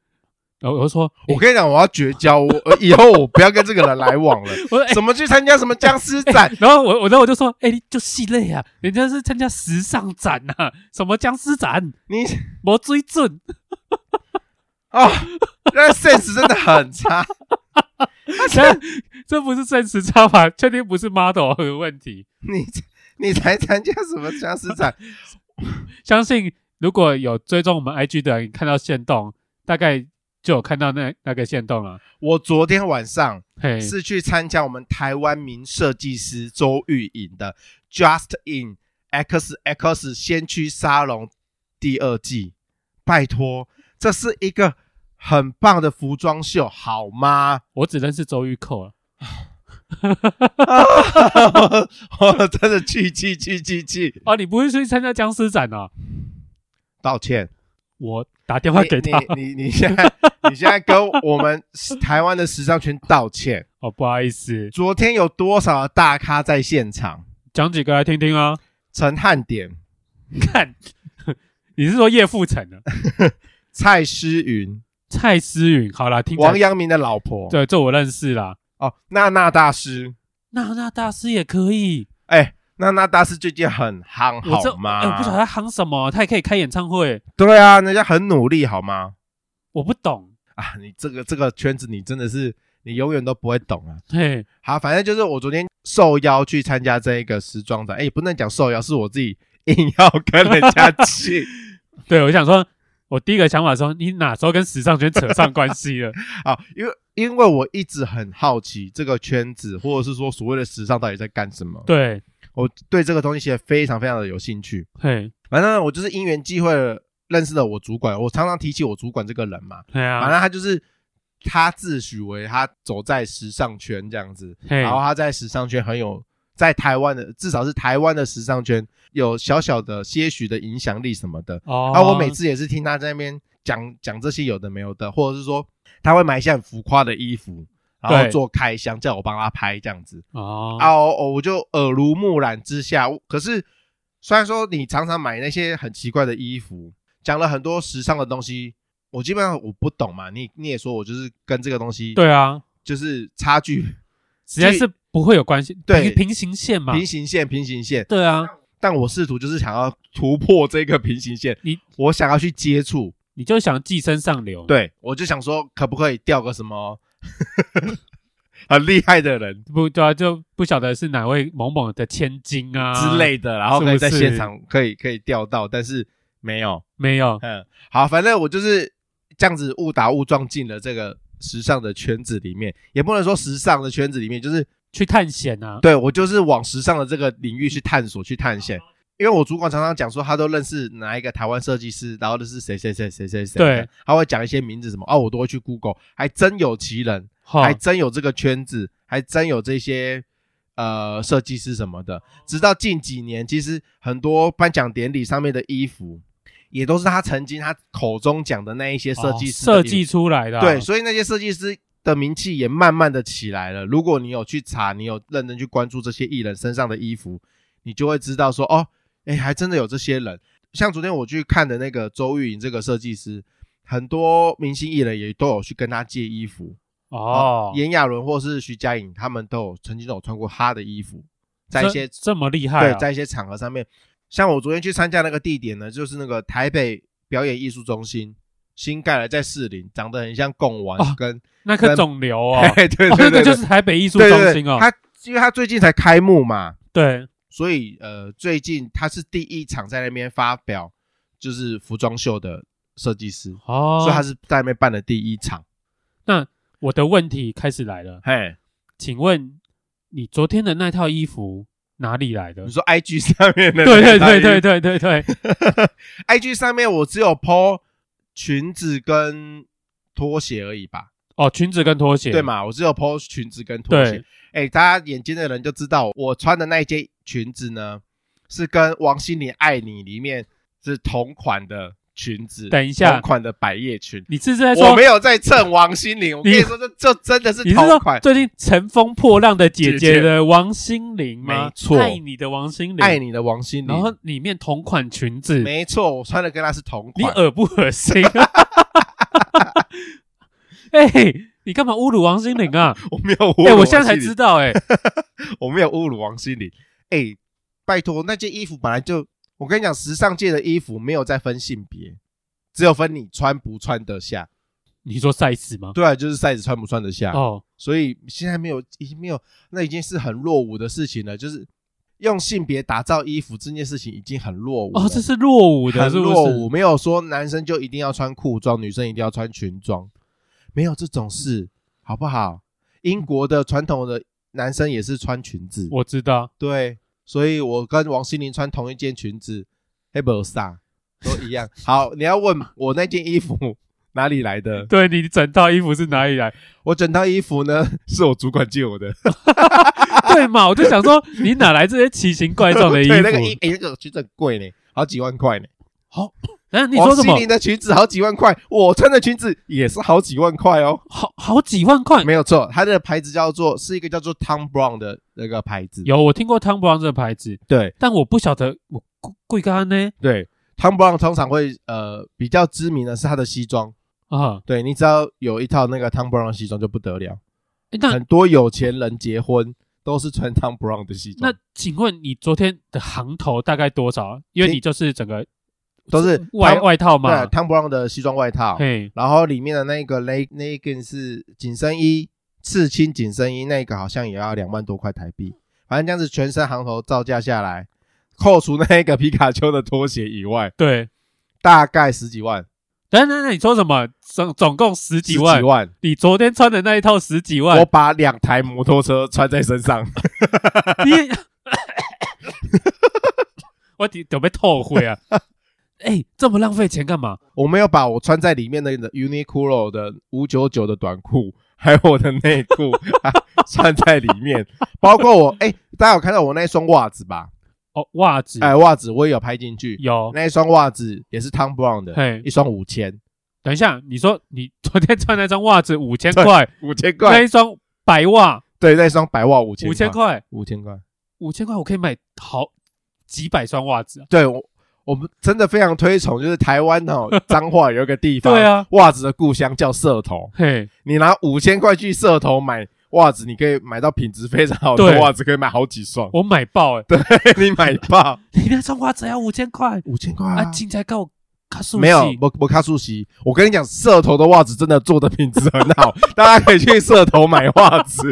Speaker 2: 然后我就说，
Speaker 1: 我跟你讲，我要绝交，我呃以后我不要跟这个人来往 了。
Speaker 2: 我说哎、
Speaker 1: 什么去参加什么僵尸 展？
Speaker 2: 然后我我然后我就说，哎、你就系列啊，人家是参加时尚展呐、啊，什么僵尸展，
Speaker 1: 你
Speaker 2: 没追准，
Speaker 1: 啊，那 sense 真的很差。
Speaker 2: 这这不是真实差吧？确定不是 model 的问题？
Speaker 1: 你你才参加什么僵尸 展？
Speaker 2: 相信如果有追踪我们 IG 的人看到线动，大概就有看到那那个线动了。
Speaker 1: 我昨天晚上
Speaker 2: 嘿，
Speaker 1: 是去参加我们台湾名设计师周玉颖的《Just in X X 先驱沙龙》第二季。拜托，这是一个很棒的服装秀，好吗？
Speaker 2: 我只认识周玉蔻了。
Speaker 1: 我 我真的气气气气气！
Speaker 2: 哦，你不会去参加僵尸展啊？
Speaker 1: 道歉，
Speaker 2: 我打电话给他。
Speaker 1: 你你你你现在你现在跟我们台湾的时尚圈道歉。
Speaker 2: 哦，不好意思，
Speaker 1: 昨天有多少大咖在现场？
Speaker 2: 讲几个来听听啊。
Speaker 1: 陈汉典、
Speaker 2: 看， 你是说叶富成的
Speaker 1: 蔡诗芸、
Speaker 2: 蔡思芸？好啦，听起来
Speaker 1: 王阳明的老婆，
Speaker 2: 对，这我认识啦。
Speaker 1: 哦，娜娜大师，
Speaker 2: 娜娜大师也可以，
Speaker 1: 哎、娜娜大师最近很夯，
Speaker 2: 我这
Speaker 1: 好吗？
Speaker 2: 哎我不晓得他行什么，他也可以开演唱会，
Speaker 1: 对啊，人家很努力，好吗？
Speaker 2: 我不懂。
Speaker 1: 啊，你这个这个圈子，你真的是你永远都不会懂啊。
Speaker 2: 嘿，
Speaker 1: 好，反正就是我昨天受邀去参加这一个时装展，哎、不能讲受邀，是我自己硬要跟人家去。
Speaker 2: 对，我想说，我第一个想法说，你哪时候跟时尚圈扯上关系了？
Speaker 1: 好，因为因为我一直很好奇这个圈子，或者是说所谓的时尚到底在干什么，
Speaker 2: 对，
Speaker 1: 我对这个东西其实非常非常的有兴趣。
Speaker 2: 嘿，
Speaker 1: 反正我就是因缘际会了认识了我主管，我常常提起我主管这个人嘛，
Speaker 2: 对
Speaker 1: 反
Speaker 2: 啊，
Speaker 1: 正他就是他自诩为他走在时尚圈这样子，
Speaker 2: 嘿
Speaker 1: 然，后他在时尚圈很有在台湾的至少是台湾的时尚圈有小小的些许的影响力什么的。
Speaker 2: 哦，
Speaker 1: 啊，我每次也是听他在那边讲讲这些有的没有的，或者是说他会买一些很浮夸的衣服。然后
Speaker 2: 对
Speaker 1: 做开箱，叫我帮他拍这样子，
Speaker 2: 哦，
Speaker 1: 啊，哦哦，我就耳濡目染之下，我可是虽然说你常常买那些很奇怪的衣服，讲了很多时尚的东西，我基本上我不懂嘛。你你也说我就是跟这个东西，，
Speaker 2: 对啊，
Speaker 1: 就是差距
Speaker 2: 实在是不会有关系，
Speaker 1: 对
Speaker 2: 平平行线嘛，
Speaker 1: 平行线，平行线。
Speaker 2: 对啊，
Speaker 1: 但我试图就是想要突破这个平行线，
Speaker 2: 你嗯
Speaker 1: 我想要去接触，
Speaker 2: 你就想寄生上流，
Speaker 1: 对我就想说，可不可以调个什么 很厉害的人
Speaker 2: 不对啊，就不晓得是哪位某某的千金啊
Speaker 1: 之，类的，然后
Speaker 2: 是
Speaker 1: 可以
Speaker 2: 不
Speaker 1: 在
Speaker 2: 是
Speaker 1: 现场可以可以调到，但是没有。
Speaker 2: 没有
Speaker 1: 嗯，好，反正我就是这样子误打误撞进了这个时尚的圈子里面，也不能说时尚的圈子里面，就是
Speaker 2: 去探险啊，
Speaker 1: 对我就是往时尚的这个领域去探索、去探险。因为我主管常常讲说，他都认识哪一个台湾设计师，然后都是谁谁谁谁谁谁，
Speaker 2: 对，
Speaker 1: 他会讲一些名字什么，哦，我都会去 Google，还真有其人，
Speaker 2: 哈
Speaker 1: 还真有这个圈子，还真有这些呃设计师什么的。直到近几年，其实很多颁奖典礼上面的衣服，也都是他曾经他口中讲的那一些设计师的
Speaker 2: 哦设
Speaker 1: 衣服
Speaker 2: 计出来的啊、
Speaker 1: 对，所以那些设计师的名气也慢慢的起来了。如果你有去查，你有认真去关注这些艺人身上的衣服，你就会知道说，哦，哎，还真的有这些人。像昨天我去看的那个周玉莹这个设计师，很多明星艺人也都有去跟他借衣服。
Speaker 2: 哦，
Speaker 1: 炎亚纶或是徐佳莹，他们都有曾经都有穿过他的衣服，在一些
Speaker 2: 这这么厉害、啊，
Speaker 1: 对，在一些场合上面，像我昨天去参加那个地点呢，就是那个台北表演艺术中心新盖了，在士林，长得很像贡丸
Speaker 2: 哦
Speaker 1: 跟，
Speaker 2: 那颗肿瘤哦，
Speaker 1: 嘿嘿 对
Speaker 2: 哦，那
Speaker 1: 对
Speaker 2: 个
Speaker 1: 对，
Speaker 2: 就是台北艺术
Speaker 1: 对
Speaker 2: 中
Speaker 1: 对
Speaker 2: 心
Speaker 1: 对
Speaker 2: 哦，
Speaker 1: 它因为它最近才开幕嘛，
Speaker 2: 对，
Speaker 1: 所以呃，最近他是第一场在那边发表就是服装秀的设计师，
Speaker 2: 哦，
Speaker 1: 所以他是在那边办的第一场，
Speaker 2: 我的问题开始来了，
Speaker 1: 嘿，
Speaker 2: 请问你昨天的那套衣服哪里来的
Speaker 1: 你？说 IG 上面的，
Speaker 2: 对对对对对对对，
Speaker 1: IG 上面我只有 po 裙子跟拖鞋而已吧，
Speaker 2: 哦，裙子跟拖鞋，
Speaker 1: 对？嘛？我只有 po 裙子跟拖鞋
Speaker 2: 对。，
Speaker 1: 哎、大家眼尖的人就知道，我穿的那一件裙子呢，是跟王心凌《爱你》里面是同款的裙子，
Speaker 2: 等一下
Speaker 1: 同款的百叶裙。
Speaker 2: 你是在
Speaker 1: 我
Speaker 2: 说
Speaker 1: 没，有在蹭王心凌，我跟你说，这这真的是
Speaker 2: 你是
Speaker 1: 同
Speaker 2: 说
Speaker 1: 款。
Speaker 2: 最近乘风破浪的
Speaker 1: 姐
Speaker 2: 姐姐
Speaker 1: 姐
Speaker 2: 的王心凌吗？
Speaker 1: 没错
Speaker 2: 爱你的王心凌，
Speaker 1: 爱你的王心
Speaker 2: 然后
Speaker 1: 凌，
Speaker 2: 里面同款裙子，
Speaker 1: 没错，我穿的跟她是同
Speaker 2: 你
Speaker 1: 款。
Speaker 2: 恶不恶心？ 哎、你干嘛侮辱王心凌 啊？
Speaker 1: 我没有侮辱王心
Speaker 2: 哎、
Speaker 1: 凌，
Speaker 2: 我现在才知道、哎，
Speaker 1: 我没有侮辱王心凌。哎、拜托，那件衣服本来就，我跟你讲，时尚界的衣服没有再分性别，只有分你穿不穿得下。
Speaker 2: 你说 size 吗？
Speaker 1: 对啊，就是 size 穿不穿得下。
Speaker 2: 哦，
Speaker 1: 所以现在没有，已经没有，那已经是很落伍的事情了。就是用性别打造衣服这件事情已经很落伍了
Speaker 2: 哦，这是落伍的，
Speaker 1: 很
Speaker 2: 是不
Speaker 1: 落
Speaker 2: 是
Speaker 1: 伍，？没有说男生就一定要穿裤装，女生一定要穿裙装，没有这种事，好不好？英国的传统的男生也是穿裙子，
Speaker 2: 我知道，
Speaker 1: 对，所以我跟王心凌穿同一件裙子，黑不傻都一 样。好，你要问我那件衣服哪里来的？
Speaker 2: 对你整套衣服是哪里 来？
Speaker 1: 我整套衣服呢是我主管借我的，
Speaker 2: 对嘛？我就想说，你哪来这些奇形怪状 的衣服？
Speaker 1: 对，那个衣哎、那个裙子很贵呢，好几万块呢。
Speaker 2: 啊，你
Speaker 1: 王
Speaker 2: 说什
Speaker 1: 心
Speaker 2: 么
Speaker 1: 凌？的裙子好几万块，我穿的裙子也是好几万块哦。
Speaker 2: 好好几万块？
Speaker 1: 没有错，它的牌子叫做是一个叫做 Tom Brown 的那个牌子。
Speaker 2: 有，我听过 Tom Brown 这个牌子，
Speaker 1: 对
Speaker 2: 但我不晓得我贵贵干呢
Speaker 1: 对，Tom Brown 通常会呃比较知名的是它的西装。
Speaker 2: 啊。
Speaker 1: 对你只要有一套那个 Tom Brown 的西装就不得了，
Speaker 2: 诶哎那
Speaker 1: 很多有钱人结婚都是穿 Tom Brown 的西装
Speaker 2: 那，请问你昨天的行头大概多少啊？因为
Speaker 1: 其
Speaker 2: 你就是整个
Speaker 1: 都是
Speaker 2: 外
Speaker 1: Tom-
Speaker 2: 外套
Speaker 1: 对啊
Speaker 2: 嘛，
Speaker 1: Tom Brown 的西装外套。
Speaker 2: 嘿，
Speaker 1: 然后里面的那个 leg legging 是紧身衣，刺青紧身衣那个好像也要两万多块台币，反正这样子全身行头造价下来，扣除那个皮 卡丘的拖鞋以外，
Speaker 2: 对。
Speaker 1: 大概十几万，
Speaker 2: 等等等，你说什么？总总共十几
Speaker 1: 十
Speaker 2: 万哎
Speaker 1: 几？万。
Speaker 2: 你昨天穿的那一套十几
Speaker 1: 我
Speaker 2: 万？
Speaker 1: 把两台摩托车穿在身上，
Speaker 2: 你， 我得准备后 悔啊！哎，这么浪费钱干嘛？
Speaker 1: 我没有把我穿在里面的 Uniqlo 的五九九的短裤，还有我的内裤、 啊、穿在里面，包括我哎、大家有看到我那双袜子吧？
Speaker 2: 哦，袜子
Speaker 1: 哎，袜子我也有拍进去，
Speaker 2: 有。
Speaker 1: 那一双袜子也是 Tom Brown 的，
Speaker 2: 哦嘿
Speaker 1: 一，双五千，
Speaker 2: 等一下，你说你昨天穿那 双袜子五千块，
Speaker 1: 五千
Speaker 2: 那，一双白袜
Speaker 1: 对，那一双白袜五千，
Speaker 2: 五千，块，
Speaker 1: 五千块。
Speaker 2: 五千块我可以买好几百双袜子啊！
Speaker 1: 对我，我们真的非常推崇，就是台湾 哦，彰化有一个地方，
Speaker 2: 对，啊，
Speaker 1: 袜子的故乡叫社头，
Speaker 2: 嘿，
Speaker 1: 你拿五千块去社头买袜子，你可以买到品质非常好的
Speaker 2: 对
Speaker 1: 袜子，可以买好几双，
Speaker 2: 我买爆哎、
Speaker 1: 你买爆
Speaker 2: 你那双袜子要五千块
Speaker 1: 五千块
Speaker 2: 啊！金才够卡数
Speaker 1: 没有，摩摩卡苏西，我跟你讲，社头的袜子真的做的品质很 好，大家可以去社头买袜子。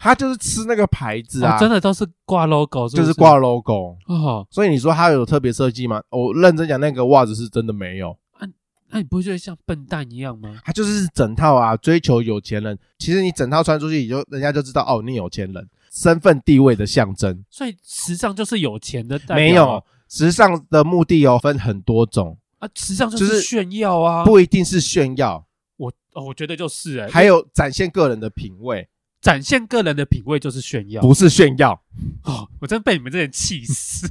Speaker 1: 他就是吃那个牌子啊，
Speaker 2: 哦真的都是挂 logo，
Speaker 1: 就是是
Speaker 2: 不
Speaker 1: 挂 logo。
Speaker 2: 哦。
Speaker 1: 所以你说它有特别设计吗？我认真讲，那个袜子是真的没有。
Speaker 2: 那你不会觉得像笨蛋一样吗？
Speaker 1: 他就是整套啊，追求有钱人。其实你整套穿出去，你就人家就知道哦，你有钱人，身份地位的象征。
Speaker 2: 所以时尚就是有钱的代表啊
Speaker 1: 没有时尚的目的哦，分很多种，
Speaker 2: 啊，时尚就
Speaker 1: 就是是
Speaker 2: 炫耀啊。
Speaker 1: 不一定是炫耀，
Speaker 2: 我哦，我觉得就是哎、
Speaker 1: 还有展现个人的品味，
Speaker 2: 展现个人的品味就是炫耀。
Speaker 1: 不是炫 耀，
Speaker 2: 哦，我真被你们这些人气 死。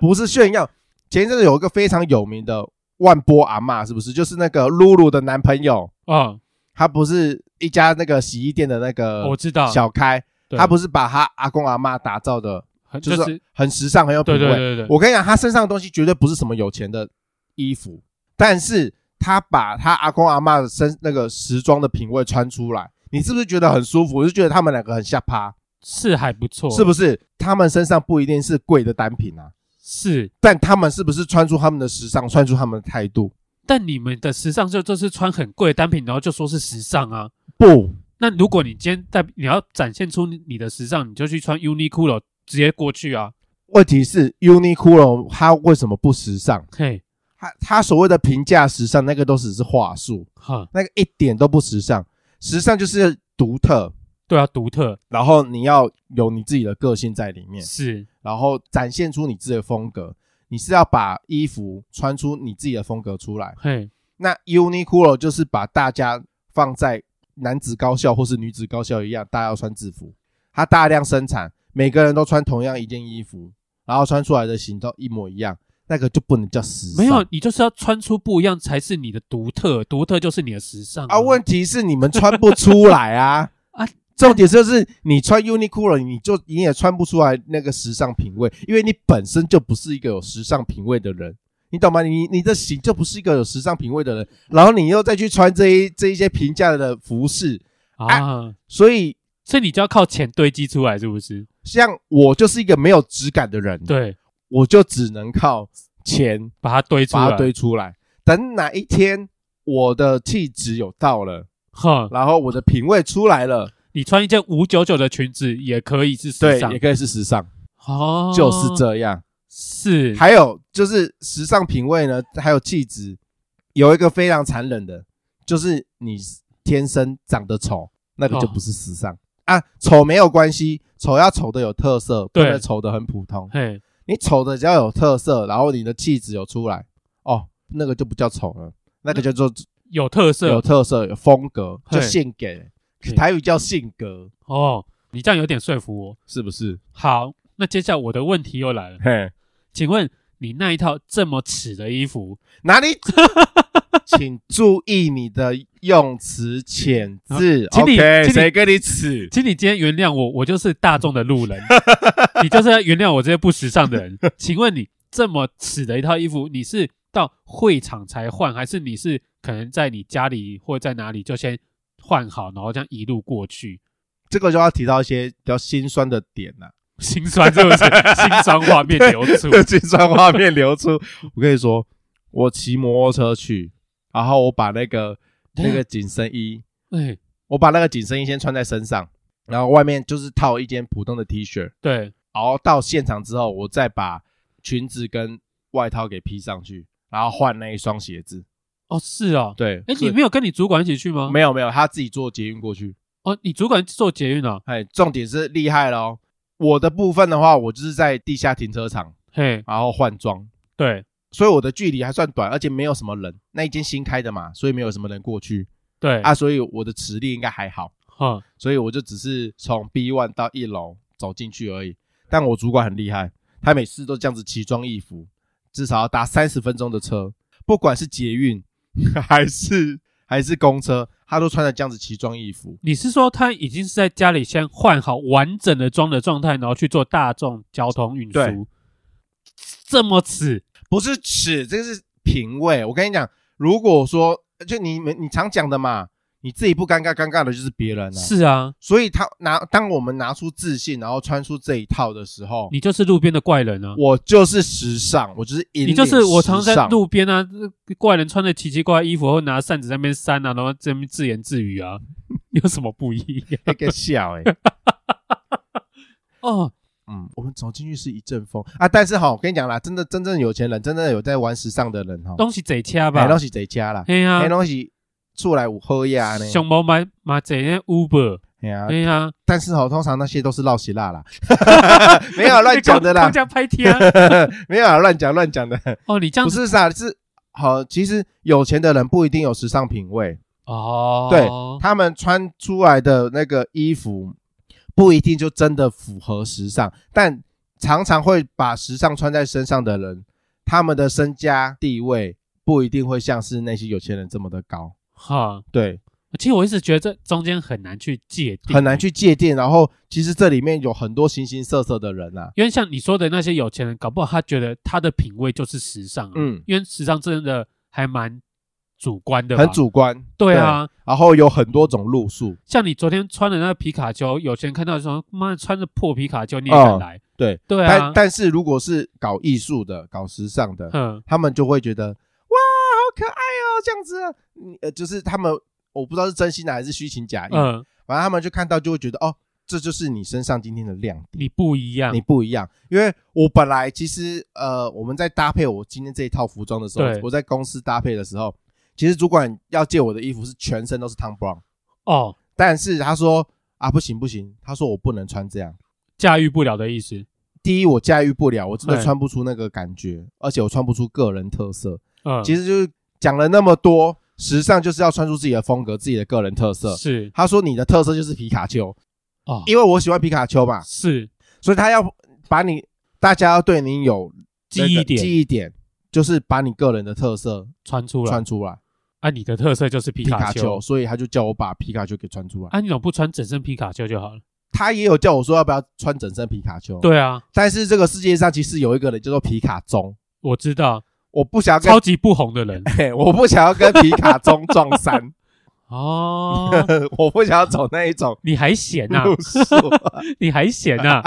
Speaker 1: 不是炫耀。前一阵子有一个非常有名的万波阿嬷，是不是？就是那个露露的男朋友，
Speaker 2: 啊、
Speaker 1: 他不是一家那个洗衣店的那个
Speaker 2: 我知道，
Speaker 1: 小开，
Speaker 2: 对
Speaker 1: 他不是把他阿公阿嬷打造的，
Speaker 2: 很
Speaker 1: 就
Speaker 2: 就是
Speaker 1: 很时尚，很有品
Speaker 2: 对对
Speaker 1: 味。
Speaker 2: 对对，
Speaker 1: 我跟你讲，他身上的东西绝对不是什么有钱的衣服，但是他把他阿公阿嬷的身那个时装的品味穿出来，你是不是觉得很舒服？我就觉得他们两个很下趴，
Speaker 2: 是还不错，
Speaker 1: 是不是？他们身上不一定是贵的单品啊，
Speaker 2: 是？
Speaker 1: 但他们是不是穿出他们的时尚，穿出他们的态度？
Speaker 2: 但你们的时尚就就是穿很贵的单品，然后就说是时尚啊。
Speaker 1: 不，
Speaker 2: 那如果你今天在你要展现出你的时尚，你就去穿 Uniqlo 直接过去啊。
Speaker 1: 问题是 Uniqlo 它为什么不时尚？
Speaker 2: 嘿，
Speaker 1: 它它所谓的平价时尚，那个都只是话术，
Speaker 2: 哈，
Speaker 1: 那个一点都不时尚。时尚就是独特，
Speaker 2: 对啊，独特
Speaker 1: 然后你要有你自己的个性在里面。
Speaker 2: 是
Speaker 1: 然后展现出你自己的风格。你是要把衣服穿出你自己的风格出来。
Speaker 2: 嘿，
Speaker 1: 那 Uniqlo 就是把大家放在男子高校或是女子高校一样，大家要穿制服，它大量生产，每个人都穿同样一件衣服，然后穿出来的形状一模一样，那个就不能叫时尚。
Speaker 2: 没有，你就是要穿出不一样才是你的独特，独特就是你的时尚
Speaker 1: 啊，问题是你们穿不出来啊
Speaker 2: 啊
Speaker 1: 啊！重点就是你穿 Uniqlo，你就你也穿不出来那个时尚品味，因为你本身就不是一个有时尚品味的人，你懂吗？你你的型就不是一个有时尚品味的人，然后你又再去穿这一这一些平价的服饰，
Speaker 2: 啊，
Speaker 1: 所以
Speaker 2: 所以你就要靠钱堆积出来，是不是？
Speaker 1: 像我就是一个没有质感的人，，
Speaker 2: 对，
Speaker 1: 我就只能靠钱
Speaker 2: 把它堆出
Speaker 1: 把
Speaker 2: 来，
Speaker 1: 它堆出来。等哪一天我的气质有到了，
Speaker 2: 哈，
Speaker 1: 然后我的品味出来了。
Speaker 2: 你穿一件五九九的裙子也可以是时
Speaker 1: 对，
Speaker 2: 尚
Speaker 1: 也，可以是时尚，
Speaker 2: 哦，
Speaker 1: 就是，这样。
Speaker 2: 是
Speaker 1: 还有就是时尚品味呢，还有气质，有一个非常残忍的，就是你天生长得丑，那个就
Speaker 2: 哦
Speaker 1: 不是时尚、啊。丑没有关系，丑要丑的有特色，不
Speaker 2: 对
Speaker 1: 能丑的很普通。
Speaker 2: 嘿，
Speaker 1: 你丑的只要有特色，然后你的气质有出来，哦，那个就不叫丑了，那个叫做
Speaker 2: 有特
Speaker 1: 有
Speaker 2: 色
Speaker 1: 特色、有风格，
Speaker 2: 嘿
Speaker 1: 就性给
Speaker 2: 嘿。
Speaker 1: 台语叫性格，
Speaker 2: 哦，你这样有点说服我。
Speaker 1: 是不是？
Speaker 2: 好，那接下来我的问题又来了，
Speaker 1: 嘿，
Speaker 2: 请问你那一套这么耻的衣服，
Speaker 1: 哪里？ 请注意你的用词遣字。
Speaker 2: 请你
Speaker 1: OK，
Speaker 2: 请你
Speaker 1: 谁跟你耻？
Speaker 2: 请你今天原谅我，我就是大众的路 人，你就是要原谅我这些不时尚的人。请问你这么耻的一套衣服，你是到会场才换，还是你是可能在你家里或在哪里就先换好，然后这样一路过去？
Speaker 1: 这个就要提到一些比较心酸的点啊了、
Speaker 2: 心 酸是不是？心酸画面流出，
Speaker 1: 心酸画面流出。我跟你说，我骑摩托车去，然后我把那 个那个紧身衣，
Speaker 2: 哎，
Speaker 1: 我把那个紧身衣先穿在身上，然后外面就是套一件普通的 T 恤，
Speaker 2: 对，
Speaker 1: 然后到现场之后，我再把裙子跟外套给披上去，然后换那一双鞋子。
Speaker 2: 哦，是哦。
Speaker 1: 对，
Speaker 2: 哎，
Speaker 1: 所
Speaker 2: 你
Speaker 1: 以
Speaker 2: 没有跟你主管一起去吗？
Speaker 1: 没有没有，他自己坐捷运过去。
Speaker 2: 哦，你主管做捷运啊？
Speaker 1: 哎，重点是厉害喽。我的部分的话，我就是在地下停车场，
Speaker 2: 嘿，
Speaker 1: 然后换装，
Speaker 2: 对
Speaker 1: 所以我的距离还算短，而且没有什么人。那一间新开的嘛，所以没有什么人过去
Speaker 2: 对
Speaker 1: 啊，，所以我的实力应该还好，
Speaker 2: 哈，
Speaker 1: 所以我就只是从 B one 到一楼走进去而已。但我主管很厉害，他每次都这样子奇装异服，至少要搭三十分钟的车，不管是捷运还是还是公车，他都穿的这样子奇装异服。
Speaker 2: 你是说他已经是在家里先换好完整的妆的状态，然后去做大众交通运
Speaker 1: 对
Speaker 2: 输？这么耻
Speaker 1: 不是尺，这个是品味。我跟你讲，如果说就你们你常讲的嘛，你自己不尴尬，尴尬的就是别人啊。
Speaker 2: 是啊，
Speaker 1: 所以他拿当我们拿出自信，然后穿出这一套的时候，
Speaker 2: 你就是路边的怪人啊！
Speaker 1: 我就是时尚，我就是引领
Speaker 2: 你就是我常
Speaker 1: 时
Speaker 2: 在
Speaker 1: 尚
Speaker 2: 路边啊，怪人穿的奇奇怪怪衣服，或拿扇子在那边扇啊，然后在那边自言自语 啊，有什么不一样？
Speaker 1: 那个笑哎、欸
Speaker 2: 哦，
Speaker 1: 嗯，我们走进去是一阵风啊。但是哈，我跟你讲啦，真的真正有钱人，真的有在玩时尚的人哈，
Speaker 2: 东西贼掐吧
Speaker 1: 买，东西贼家啦，
Speaker 2: 嘿啊
Speaker 1: 买，东西出来有啊喝呀呢。
Speaker 2: 熊猫买买这些 Uber，
Speaker 1: 哎呀，
Speaker 2: 嘿啊，
Speaker 1: 但是哈，通常那些都是闹喜 辣啦， 没有啊乱讲的啦
Speaker 2: 这，样拍贴啊，
Speaker 1: 没有啊乱讲乱讲的，
Speaker 2: 哦，你这样
Speaker 1: 不
Speaker 2: 子
Speaker 1: 是啥，是好。其实有钱的人不一定有时尚品味，
Speaker 2: 哦，
Speaker 1: 对他们穿出来的那个衣服不一定就真的符合时尚，但常常会把时尚穿在身上的人，他们的身家地位不一定会像是那些有钱人这么的高。
Speaker 2: 哈，
Speaker 1: 对，
Speaker 2: 其实我一直觉得这中间很难去界定，
Speaker 1: 很难，去界定。然后，其实这里面有很多形形色色的人啊。
Speaker 2: 因为像你说的那些有钱人，搞不好他觉得他的品味就是时尚、啊，
Speaker 1: 嗯
Speaker 2: 因为时尚真的还蛮主观的吧，
Speaker 1: 很主观，
Speaker 2: 对啊。
Speaker 1: 然后有很多种路数，
Speaker 2: 像你昨天穿的那个皮卡丘，有钱人看到说妈穿着破皮卡丘你也敢
Speaker 1: 哦
Speaker 2: 来？
Speaker 1: 对
Speaker 2: 对啊
Speaker 1: 但，但是如果是搞艺术的、搞时尚 的，
Speaker 2: 嗯，
Speaker 1: 他们就会觉得哇，好可爱哦，这样子啊，嗯呃，就是他们我不知道是真心的还是虚情假意，
Speaker 2: 嗯，
Speaker 1: 反正他们就看到就会觉得哦，这就是你身上今天的亮点，
Speaker 2: 你不一样
Speaker 1: 你，不一样。因为我本来其实呃，我们在搭配我今天这一套服装的时候
Speaker 2: 对，
Speaker 1: 我在公司搭配的时候，其实主管要借我的衣服是全身都是 Tom Brown，
Speaker 2: 哦，
Speaker 1: 但是他说啊不行不行，他说我不能穿这样。
Speaker 2: 驾驭不了的意思。
Speaker 1: 第一，我驾驭不了，我真的
Speaker 2: 对
Speaker 1: 穿不出那个感觉，而且我穿不出个人特色。
Speaker 2: 嗯，
Speaker 1: 其实就是讲了那么多，时尚就是要穿出自己的风格、自己的个人特色。
Speaker 2: 是
Speaker 1: 他说你的特色就是皮卡丘，
Speaker 2: 哦，
Speaker 1: 因为我喜欢皮卡丘嘛，
Speaker 2: 是
Speaker 1: 所以他要把你大家要对你有
Speaker 2: 记忆
Speaker 1: 那个
Speaker 2: 点
Speaker 1: 记忆点就是把你个人的特色
Speaker 2: 穿出来
Speaker 1: 穿出来。
Speaker 2: 啊，你的特色就是皮
Speaker 1: 皮卡
Speaker 2: 卡
Speaker 1: 丘，所以他就叫我把皮卡丘给穿出来。
Speaker 2: 啊，你怎么不穿整身皮卡丘就好了？
Speaker 1: 他也有叫我说要不要穿整身皮卡丘，。
Speaker 2: 对啊，
Speaker 1: 但是这个世界上其实有一个人叫做皮卡棕，
Speaker 2: 我知道，
Speaker 1: 我不想要跟
Speaker 2: 超级不红的人
Speaker 1: 嘿， 我不想要跟皮卡棕撞衫，
Speaker 2: 哦，
Speaker 1: 我不想要走那一种
Speaker 2: 你还闲 呐、
Speaker 1: 路数。
Speaker 2: 你还闲 啊呐、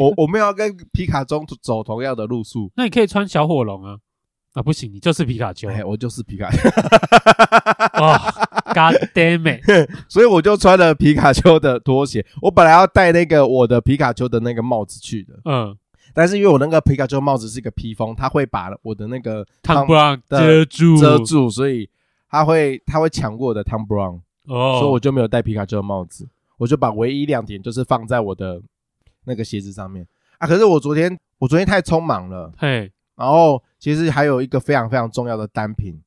Speaker 1: 我我没有要跟皮卡棕走同样的路数。
Speaker 2: 那你可以穿小火龙啊。啊，不行，你就是皮卡丘
Speaker 1: 哎，我就是皮卡，
Speaker 2: 哦！God damn it！
Speaker 1: 所以我就穿了皮卡丘的拖鞋。我本来要戴那个我的皮卡丘的那个帽子去的，
Speaker 2: 嗯，
Speaker 1: 但是因为我那个皮卡丘帽子是一个披风，它会把我的那个
Speaker 2: 汤
Speaker 1: Tom
Speaker 2: 布朗
Speaker 1: 的
Speaker 2: 遮住
Speaker 1: 遮住，所以它会它会抢过我的 Tom Brown，所以
Speaker 2: 哦
Speaker 1: 我，就没有戴皮卡丘的帽子，我就把唯一亮点就是放在我的那个鞋子上面啊。可是我昨天我昨天太匆忙了，
Speaker 2: 嘿，
Speaker 1: 然后其实还有一个非常非常重要的单品，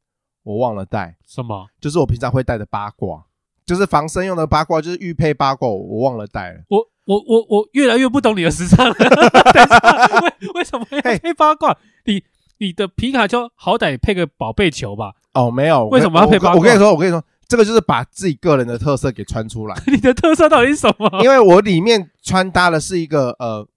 Speaker 1: 我忘了带，
Speaker 2: 什么？
Speaker 1: 就是我平常会带的八卦，就是防身用的八卦，就是玉佩八卦，我我忘了带了。
Speaker 2: 我我我我越来越不懂你的时尚 了。等一下，为为什么要
Speaker 1: 嘿
Speaker 2: 配八卦？你你的皮卡丘好歹配个宝贝球吧？
Speaker 1: 哦，没有，我
Speaker 2: 为什么要配八卦
Speaker 1: 我我跟你说，我跟你说，这个就是把自己个人的特色给穿出来，
Speaker 2: 你的特色到底是什么？
Speaker 1: 因为我里面穿搭的是一个呃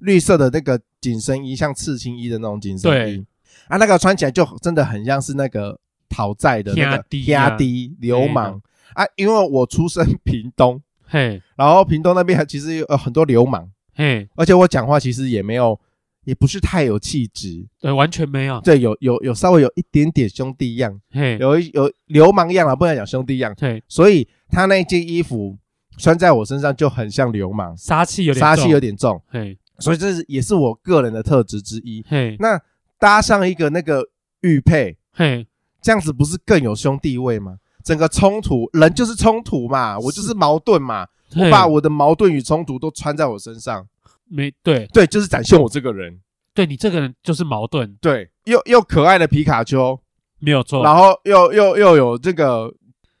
Speaker 1: 绿色的那个紧身衣，像刺青衣的那种紧身衣
Speaker 2: 对
Speaker 1: 啊，那个穿起来就真的很像是那个讨债的那个
Speaker 2: 兄弟啊
Speaker 1: 压低流氓啊，因为我出生屏东，
Speaker 2: 嘿
Speaker 1: 然后屏东那边还其实有呃很多流氓。
Speaker 2: 嘿，
Speaker 1: 而且我讲话其实也没有，也不是太有气质，
Speaker 2: 对，呃完全没有。
Speaker 1: 对，有有有稍微有一点点兄弟样，
Speaker 2: 嘿，
Speaker 1: 有一有流氓样啊，不能讲兄弟样，
Speaker 2: 对，
Speaker 1: 所以他那件衣服穿在我身上就很像流氓，
Speaker 2: 杀气有点
Speaker 1: 杀气有
Speaker 2: 点。
Speaker 1: 点重，
Speaker 2: 嘿
Speaker 1: 所以这是也是我个人的特质之一。
Speaker 2: 嘿
Speaker 1: 那搭上一个那个玉佩，
Speaker 2: 嘿，
Speaker 1: 这样子不是更有兄弟味吗？整个冲突，人就是冲突嘛，我就是矛盾嘛，
Speaker 2: 我
Speaker 1: 把我的矛盾与冲突都穿在我身上，
Speaker 2: 没对
Speaker 1: 对，就是展现我这个人。
Speaker 2: 对，你这个人就是矛盾，
Speaker 1: 对，又又可爱的皮卡丘，
Speaker 2: 没有错。
Speaker 1: 然后又又又有这个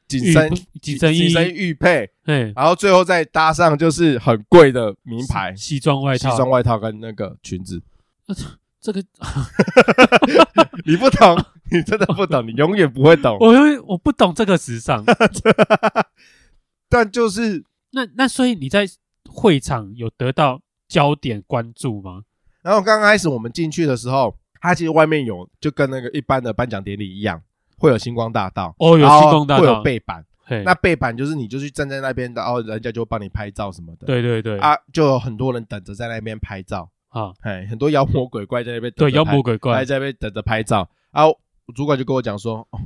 Speaker 1: 紧身
Speaker 2: 玉紧身衣
Speaker 1: 紧身玉佩，
Speaker 2: 嘿，
Speaker 1: 然后最后再搭上就是很贵的名牌
Speaker 2: 西装外
Speaker 1: 西
Speaker 2: 套，
Speaker 1: 装外套跟那个裙子。
Speaker 2: 这个
Speaker 1: 你不懂， 你真的不懂，你永远不会懂。
Speaker 2: 我因为我不懂这个时尚。
Speaker 1: 但就是
Speaker 2: 那那所以你在会场有得到焦点关注吗？
Speaker 1: 然后刚开始我们进去的时候，它其实外面有就跟那个一般的颁奖典礼一样，会有星光大道，
Speaker 2: 哦，有
Speaker 1: 然后
Speaker 2: 星光大
Speaker 1: 会
Speaker 2: 道
Speaker 1: 有，背板。
Speaker 2: 嘿
Speaker 1: 那背板就是你就去站在那边，然后人家就帮你拍照什么的。
Speaker 2: 对对对啊
Speaker 1: 啊，就有很多人等着在那边拍照，哎，很多妖魔鬼怪在那边等
Speaker 2: 对
Speaker 1: 着
Speaker 2: 妖
Speaker 1: 拍
Speaker 2: 魔鬼怪
Speaker 1: 还，在那边等着拍照。然后主管就跟我讲说：“哦，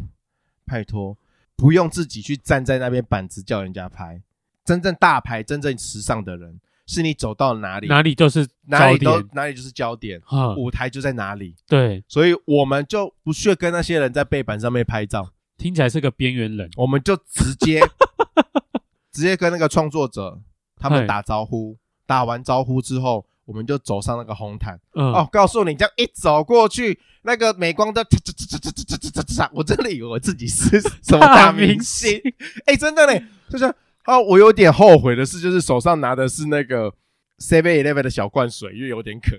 Speaker 1: 拜托，不用自己去站在那边板子叫人家拍。真正大牌、真正时尚的人是你走到哪里，
Speaker 2: 哪里就是
Speaker 1: 哪
Speaker 2: 焦
Speaker 1: 里都
Speaker 2: 点，
Speaker 1: 哪里就是焦点，
Speaker 2: 哈，
Speaker 1: 舞台就在哪里，
Speaker 2: 对，
Speaker 1: 所以我们就不屑跟那些人在背板上面拍照，
Speaker 2: 听起来是个边缘人，
Speaker 1: 我们就直 接直接跟那个创作者他们
Speaker 2: 嗨
Speaker 1: 打招呼，打完招呼之后，我们就走上那个红毯。
Speaker 2: 嗯，
Speaker 1: 哦，告诉你，这样一走过去，那个镁光灯，嚓嚓嚓嚓嚓嚓嚓嚓嚓，我真的以为我自己是什么大明星，哎，真的嘞，就是啊，我有点后悔的是，就是手上拿的是那个 Seven Eleven 的小罐水，因为有点渴，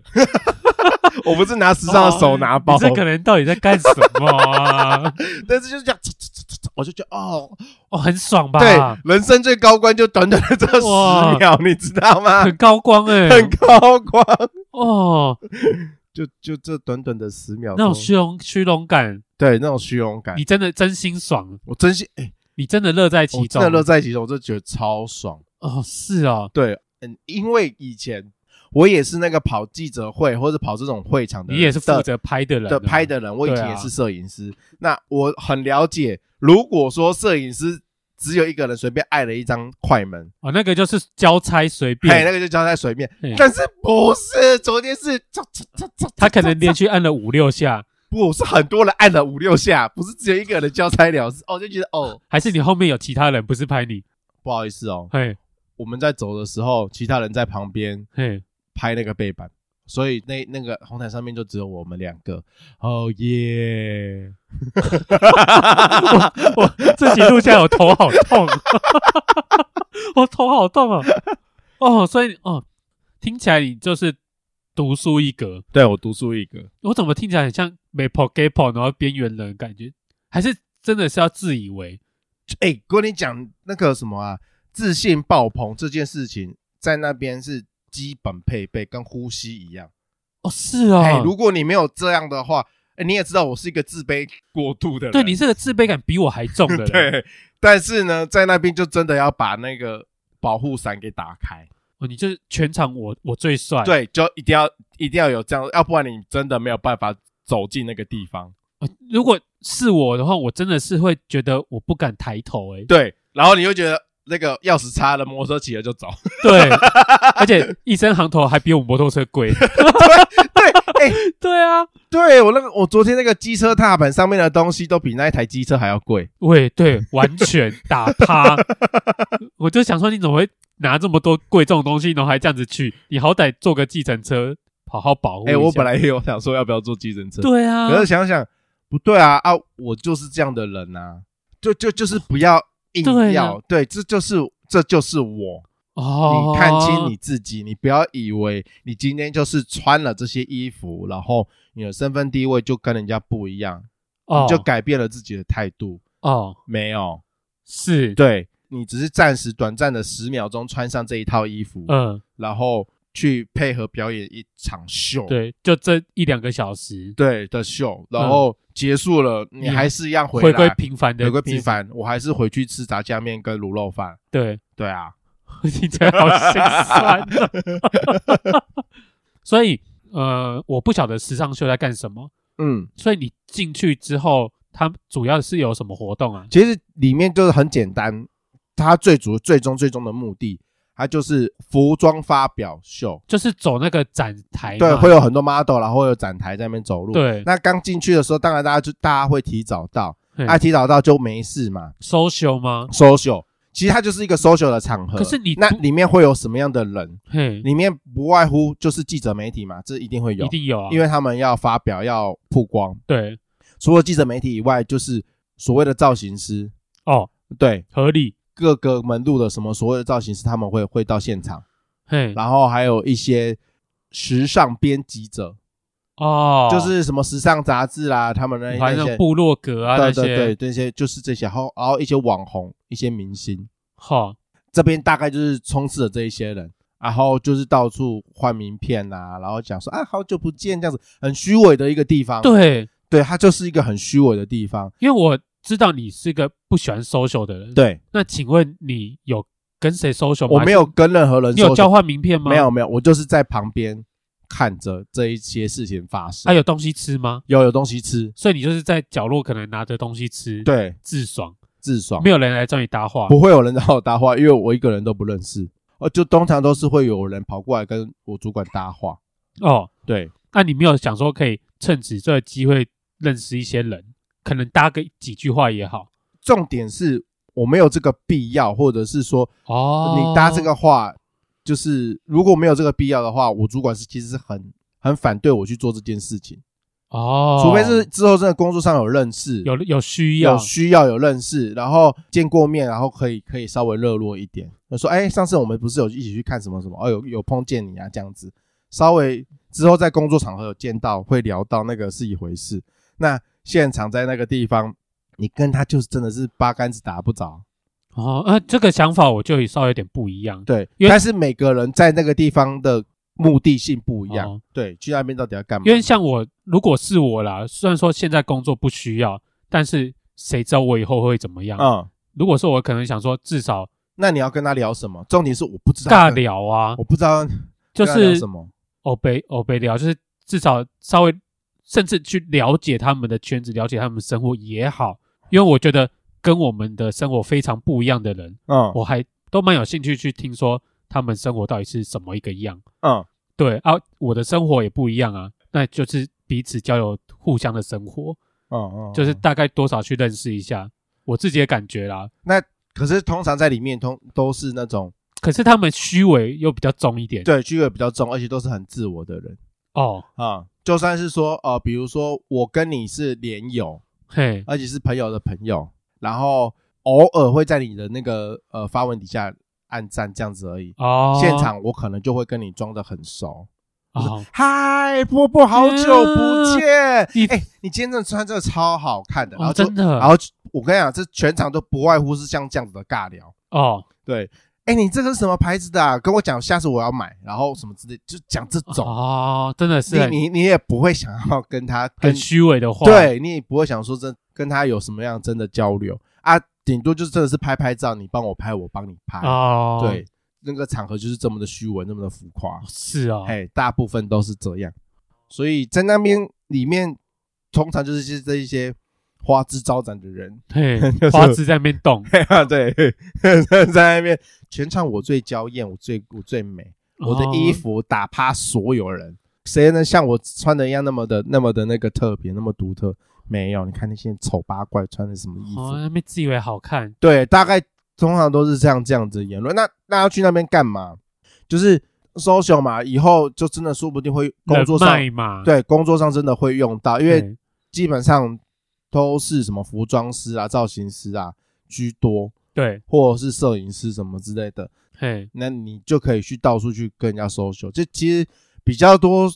Speaker 1: 我不是拿时尚的手拿包，
Speaker 2: 哦你这个人到底在干什 么啊？
Speaker 1: 但是就是这样，嚓嚓嚓嚓嚓，我就觉得哦，
Speaker 2: 哦，很爽吧？
Speaker 1: 对，啊人生最高光就短短的这十秒，你知道吗？
Speaker 2: 很高光哎、
Speaker 1: 很高光，
Speaker 2: 哦，
Speaker 1: 就就这短短的十秒
Speaker 2: 那
Speaker 1: 钟
Speaker 2: 种，虚荣虚荣感，
Speaker 1: 对，那种虚荣感
Speaker 2: 你，真的真心爽，
Speaker 1: 我真心哎。
Speaker 2: 你真的乐在
Speaker 1: 我
Speaker 2: 其
Speaker 1: 真
Speaker 2: 中。
Speaker 1: 的乐在其中，我就觉得超爽。
Speaker 2: 哦，是哦，
Speaker 1: 对，嗯，因为以前我也是那个跑记者会或者跑这种会场的，
Speaker 2: 你也是负
Speaker 1: 的
Speaker 2: 责拍的人、
Speaker 1: 的拍，的人，我以
Speaker 2: 对
Speaker 1: 前
Speaker 2: 啊
Speaker 1: 也是摄影师，那我很了解。如果说摄影师只有一个人随便爱了一张快门，
Speaker 2: 哦，那个就是交差随
Speaker 1: 嘿，
Speaker 2: 便，
Speaker 1: 那个就浇在水面
Speaker 2: 嘿，
Speaker 1: 但是不是？昨天是嚓嚓嚓嚓嚓
Speaker 2: 他可能连续按了五六 下，
Speaker 1: 不是很多人按了五六下，不是只有一个人交差了事，哦，就觉得哦，
Speaker 2: 还是你后面有其他人不是拍你？
Speaker 1: 不好意思哦，
Speaker 2: 嘿，
Speaker 1: 我们在走的时候，其他人在旁边
Speaker 2: 嘿，
Speaker 1: 拍那个背板，所以那那个红毯上面就只有我们两个。哦耶！
Speaker 2: 我这集录下来，我头好痛，啊 我头好痛啊！哦，所以哦，听起来你就是独树一格。
Speaker 1: 对我独树一格，
Speaker 2: 我怎么听起来很像没 p o gay p o 然后边缘人的感觉？还是真的是要自以为？
Speaker 1: 哎、跟你讲那个什么啊，自信爆棚这件事情，在那边是基本配备，跟呼吸一样。
Speaker 2: 哦，是哦，
Speaker 1: 哎、如果你没有这样的话，哎你也知道我是一个自卑过度的人，
Speaker 2: 对你这个自卑感比我还重的人。
Speaker 1: 对。但是呢，在那边就真的要把那个保护伞给打开，
Speaker 2: 哦，你就是全场我我最帅。，
Speaker 1: 对，就一定要一定要有这样，要不然你真的没有办法走进那个地方。
Speaker 2: 哦如果是我的话，我真的是会觉得我不敢抬头、欸。哎，
Speaker 1: 对，然后你又觉得那个钥匙插了，摩托车骑了就走。
Speaker 2: 对，而且一身行头还比我摩托车 贵。
Speaker 1: 对，哎、
Speaker 2: 对啊，
Speaker 1: 对我那个我昨天那个机车踏板上面的东西都比那一台机车还要贵。
Speaker 2: 喂，对，完全打趴。我就想说，你怎么会拿这么多贵重的东西，然后还这样子去？你好歹坐个计程车，好好保护一
Speaker 1: 哎、
Speaker 2: 下。
Speaker 1: 我本来也有想说要不要坐计程车，
Speaker 2: 对啊，
Speaker 1: 可是想想不对啊啊，我就是这样的人啊，就就就是不要硬
Speaker 2: 对啊
Speaker 1: 要，对，这就是这就是我。
Speaker 2: 哦，
Speaker 1: 你看清你自己，你不要以为你今天就是穿了这些衣服，然后你的身份地位就跟人家不一样，
Speaker 2: 哦，
Speaker 1: 你就改变了自己的态度。
Speaker 2: 哦，
Speaker 1: 没有，
Speaker 2: 是，
Speaker 1: 对你只是暂时短暂的十秒钟穿上这一套衣服，
Speaker 2: 嗯，
Speaker 1: 然后去配合表演一场秀，
Speaker 2: 对，就这一两个小时，
Speaker 1: 对的秀，然后结束了，
Speaker 2: 你
Speaker 1: 你还是一样回
Speaker 2: 回
Speaker 1: 来
Speaker 2: 归平凡的，
Speaker 1: 回归平，凡，我还是回去吃炸酱面跟卤肉饭。
Speaker 2: 对，
Speaker 1: 对啊，
Speaker 2: 听起来好心酸啊。 所以，呃，我不晓得时尚秀在干什么，
Speaker 1: 嗯，
Speaker 2: 所以你进去之后，它主要是有什么活动啊？
Speaker 1: 其实里面就是很简单，它最主最终最终的目的，它就是服装发表秀。
Speaker 2: 就是走哎那个展台嘛，
Speaker 1: 对，会有很多 model，然后会有展台在那边走路。，
Speaker 2: 对
Speaker 1: 那刚进去的时候，当然大家就大家会提早到，
Speaker 2: 嘿
Speaker 1: 啊，提早到就没事嘛。
Speaker 2: social 吗？
Speaker 1: social，其实它就是一个 social 的场合。
Speaker 2: 可是你
Speaker 1: 那
Speaker 2: 不
Speaker 1: 里面会有什么样的人？
Speaker 2: 嘿，
Speaker 1: 里面不外乎就是记者媒体嘛，这一定会有，
Speaker 2: 一定有啊，
Speaker 1: 因为他们要发表要曝光。
Speaker 2: 对
Speaker 1: 除了记者媒体以外，就是所谓的造型师，
Speaker 2: 哦，
Speaker 1: 对
Speaker 2: 合理，
Speaker 1: 各个门路的什么所谓的造型师，他们会会到现场，
Speaker 2: 嘿，
Speaker 1: 然后还有一些时尚编辑者，
Speaker 2: 哦，
Speaker 1: 就是什么时尚杂志啦，他们那
Speaker 2: 反
Speaker 1: 那
Speaker 2: 正
Speaker 1: 些。
Speaker 2: 部落格啊那
Speaker 1: 对
Speaker 2: 些，
Speaker 1: 对对，这些就是这些，然后然后一些网红、一些明星，
Speaker 2: 好，
Speaker 1: 这边大概就是充斥着这一些人，然后就是到处换名片啊，然后讲说啊好久不见这样子，很虚伪的一个地方。，
Speaker 2: 对，
Speaker 1: 对，它就是一个很虚伪的地方。
Speaker 2: 因为我知道你是个不喜欢 social 的人，
Speaker 1: 对，
Speaker 2: 那请问你有跟谁 social 吗？
Speaker 1: 我没有跟任何人
Speaker 2: 还是，你有
Speaker 1: social-
Speaker 2: 交换名片吗？
Speaker 1: 没有，没有，我就是在旁边看着这一些事情发生。
Speaker 2: 还啊有东西吃吗？
Speaker 1: 有有东西吃，
Speaker 2: 所以你就是在角落可能拿着东西吃，，
Speaker 1: 对，
Speaker 2: 自爽，
Speaker 1: 自爽
Speaker 2: 没，有人来找你搭话，
Speaker 1: 不会有人找我搭话，因为我一个人都不认识。呃，就通常都是会有人跑过来跟我主管搭话。
Speaker 2: 哦，
Speaker 1: 对，
Speaker 2: 那你没有想说可以趁此这个机会认识一些人，可能搭个几句话也好。
Speaker 1: 重点是我没有这个必要，或者是说
Speaker 2: 哦，
Speaker 1: 你搭这个话，就是如果没有这个必要的话，我主管是其实是很很反对我去做这件事情，
Speaker 2: 哦，
Speaker 1: 除非是之后真的工作上有认识，
Speaker 2: 有有需要
Speaker 1: 有需要有认识，然后见过面，然后可以可以稍微热络一点。我说，哎，上次我们不是有一起去看什么什么？哦，有有碰见你啊，这样子，稍微之后在工作场合有见到，会聊到那个是一回事。那现场在那个地方，你跟他就是真的是八竿子打不着，
Speaker 2: 哦，呃，这个想法我就稍微有点不一样。
Speaker 1: 对。
Speaker 2: 因为
Speaker 1: 但是每个人在那个地方的目的性不一样，
Speaker 2: 哦
Speaker 1: 对，去那边到底要干嘛？
Speaker 2: 因为像我，如果是我啦，虽然说现在工作不需要，但是谁知道我以后会怎么样？
Speaker 1: 嗯，
Speaker 2: 如果是我，可能想说至少
Speaker 1: 那你要跟他聊什么？重点是我不知道
Speaker 2: 尬，聊啊，
Speaker 1: 我不知道
Speaker 2: 就
Speaker 1: 跟他聊
Speaker 2: 是
Speaker 1: 什么。
Speaker 2: 欧北欧北聊，就是至少稍微甚至去了解他们的圈子，了解他们生活也好，因为我觉得跟我们的生活非常不一样的人，
Speaker 1: 嗯
Speaker 2: 我还都蛮有兴趣去听说他们生活到底是什么一个样。
Speaker 1: 嗯，
Speaker 2: 对啊，我的生活也不一样啊，那就是彼此交流互相的生活，
Speaker 1: 嗯嗯，
Speaker 2: 就是
Speaker 1: 嗯
Speaker 2: 大概多少去认识一下我自己的感觉啦。
Speaker 1: 可是通常在里面通都是那种
Speaker 2: 可是他们虚伪又比较重一点，
Speaker 1: 对虚伪比较重，而且都是很自我的人
Speaker 2: 哦，
Speaker 1: 啊、就算是说呃，比如说我跟你是连友，
Speaker 2: 嘿，
Speaker 1: 而且是朋友的朋友，然后偶尔会在你的那个呃发文底下按赞这样子而已。
Speaker 2: 哦，
Speaker 1: 现场我可能就会跟你装的很熟，
Speaker 2: 哦，
Speaker 1: 嗨，波波，好久不见！
Speaker 2: 嗯你
Speaker 1: 哎、你今天真的穿这个超好看的，然后
Speaker 2: 哦
Speaker 1: 就、
Speaker 2: 真的
Speaker 1: 然后我跟你讲，这全场都不外乎是像这样子的尬聊。
Speaker 2: 哦，
Speaker 1: 对，哎、你这个是什么牌子的、啊？跟我讲，下次我要买，然后什么之类，就讲这种。
Speaker 2: 哦，真的是
Speaker 1: 你
Speaker 2: 很
Speaker 1: 你你也不会想要跟他跟
Speaker 2: 很，虚伪的话，，
Speaker 1: 对你也不会想说真跟他有什么样真的交流啊，顶多就是真的是拍拍照，你帮我拍，我帮你拍。
Speaker 2: 哦，，
Speaker 1: 对，那个场合就是这么的虚伪，那么的浮夸，
Speaker 2: 是哦，
Speaker 1: 哎、大部分都是这样。所以在那边里面，通常就是这这一些花枝招展的人，
Speaker 2: 嘿
Speaker 1: 是，
Speaker 2: 花枝在那边动，
Speaker 1: 对， 在那边全场我最娇艳，我最我最美。 我的衣
Speaker 2: 哦，
Speaker 1: 服打趴所有人，谁能像我穿的一样那么的那么的那个特别，那么独特？没有，你看那些丑八怪穿的什么衣服？
Speaker 2: 哦，那边自以为好看，
Speaker 1: 对，大概通常都是这样这样子的言论。那那要去那边干嘛？就是 social 嘛，以后就真的说不定会工作上
Speaker 2: 人脉嘛，
Speaker 1: 对工作上真的会用到，因
Speaker 2: 嘿，
Speaker 1: 为基本上都是什么服装师啊、造型师啊居多，
Speaker 2: 对，
Speaker 1: 或者是摄影师什么之类的。
Speaker 2: 嘿，
Speaker 1: 那你就可以去到处去跟人家 social。这其实比较多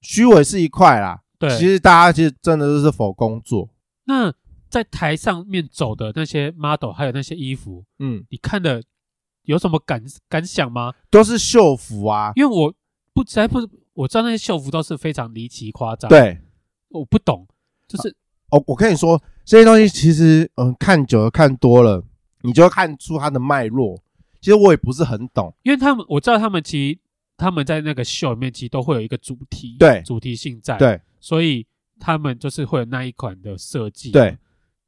Speaker 1: 虚伪是一块啦，
Speaker 2: 对，
Speaker 1: 其实大家其实真的都是否工作，
Speaker 2: 那在台上面走的那些 model，还有那些衣服，
Speaker 1: 嗯，
Speaker 2: 你看的有什么感感想吗？
Speaker 1: 都是秀服啊，
Speaker 2: 因为我不实在不，我知道那些秀服都是非常离奇夸张，，
Speaker 1: 对。
Speaker 2: 我不懂，就是
Speaker 1: 哦，我跟你说，这些东西其实，嗯，看久了看多了，你就会看出它的脉络。其实我也不是很懂，
Speaker 2: 因为他们我知道他们其实他们在那个秀里面其实都会有一个主题，
Speaker 1: 对
Speaker 2: 主题性在，，
Speaker 1: 对
Speaker 2: 所以他们就是会有那一款的设计，
Speaker 1: 对，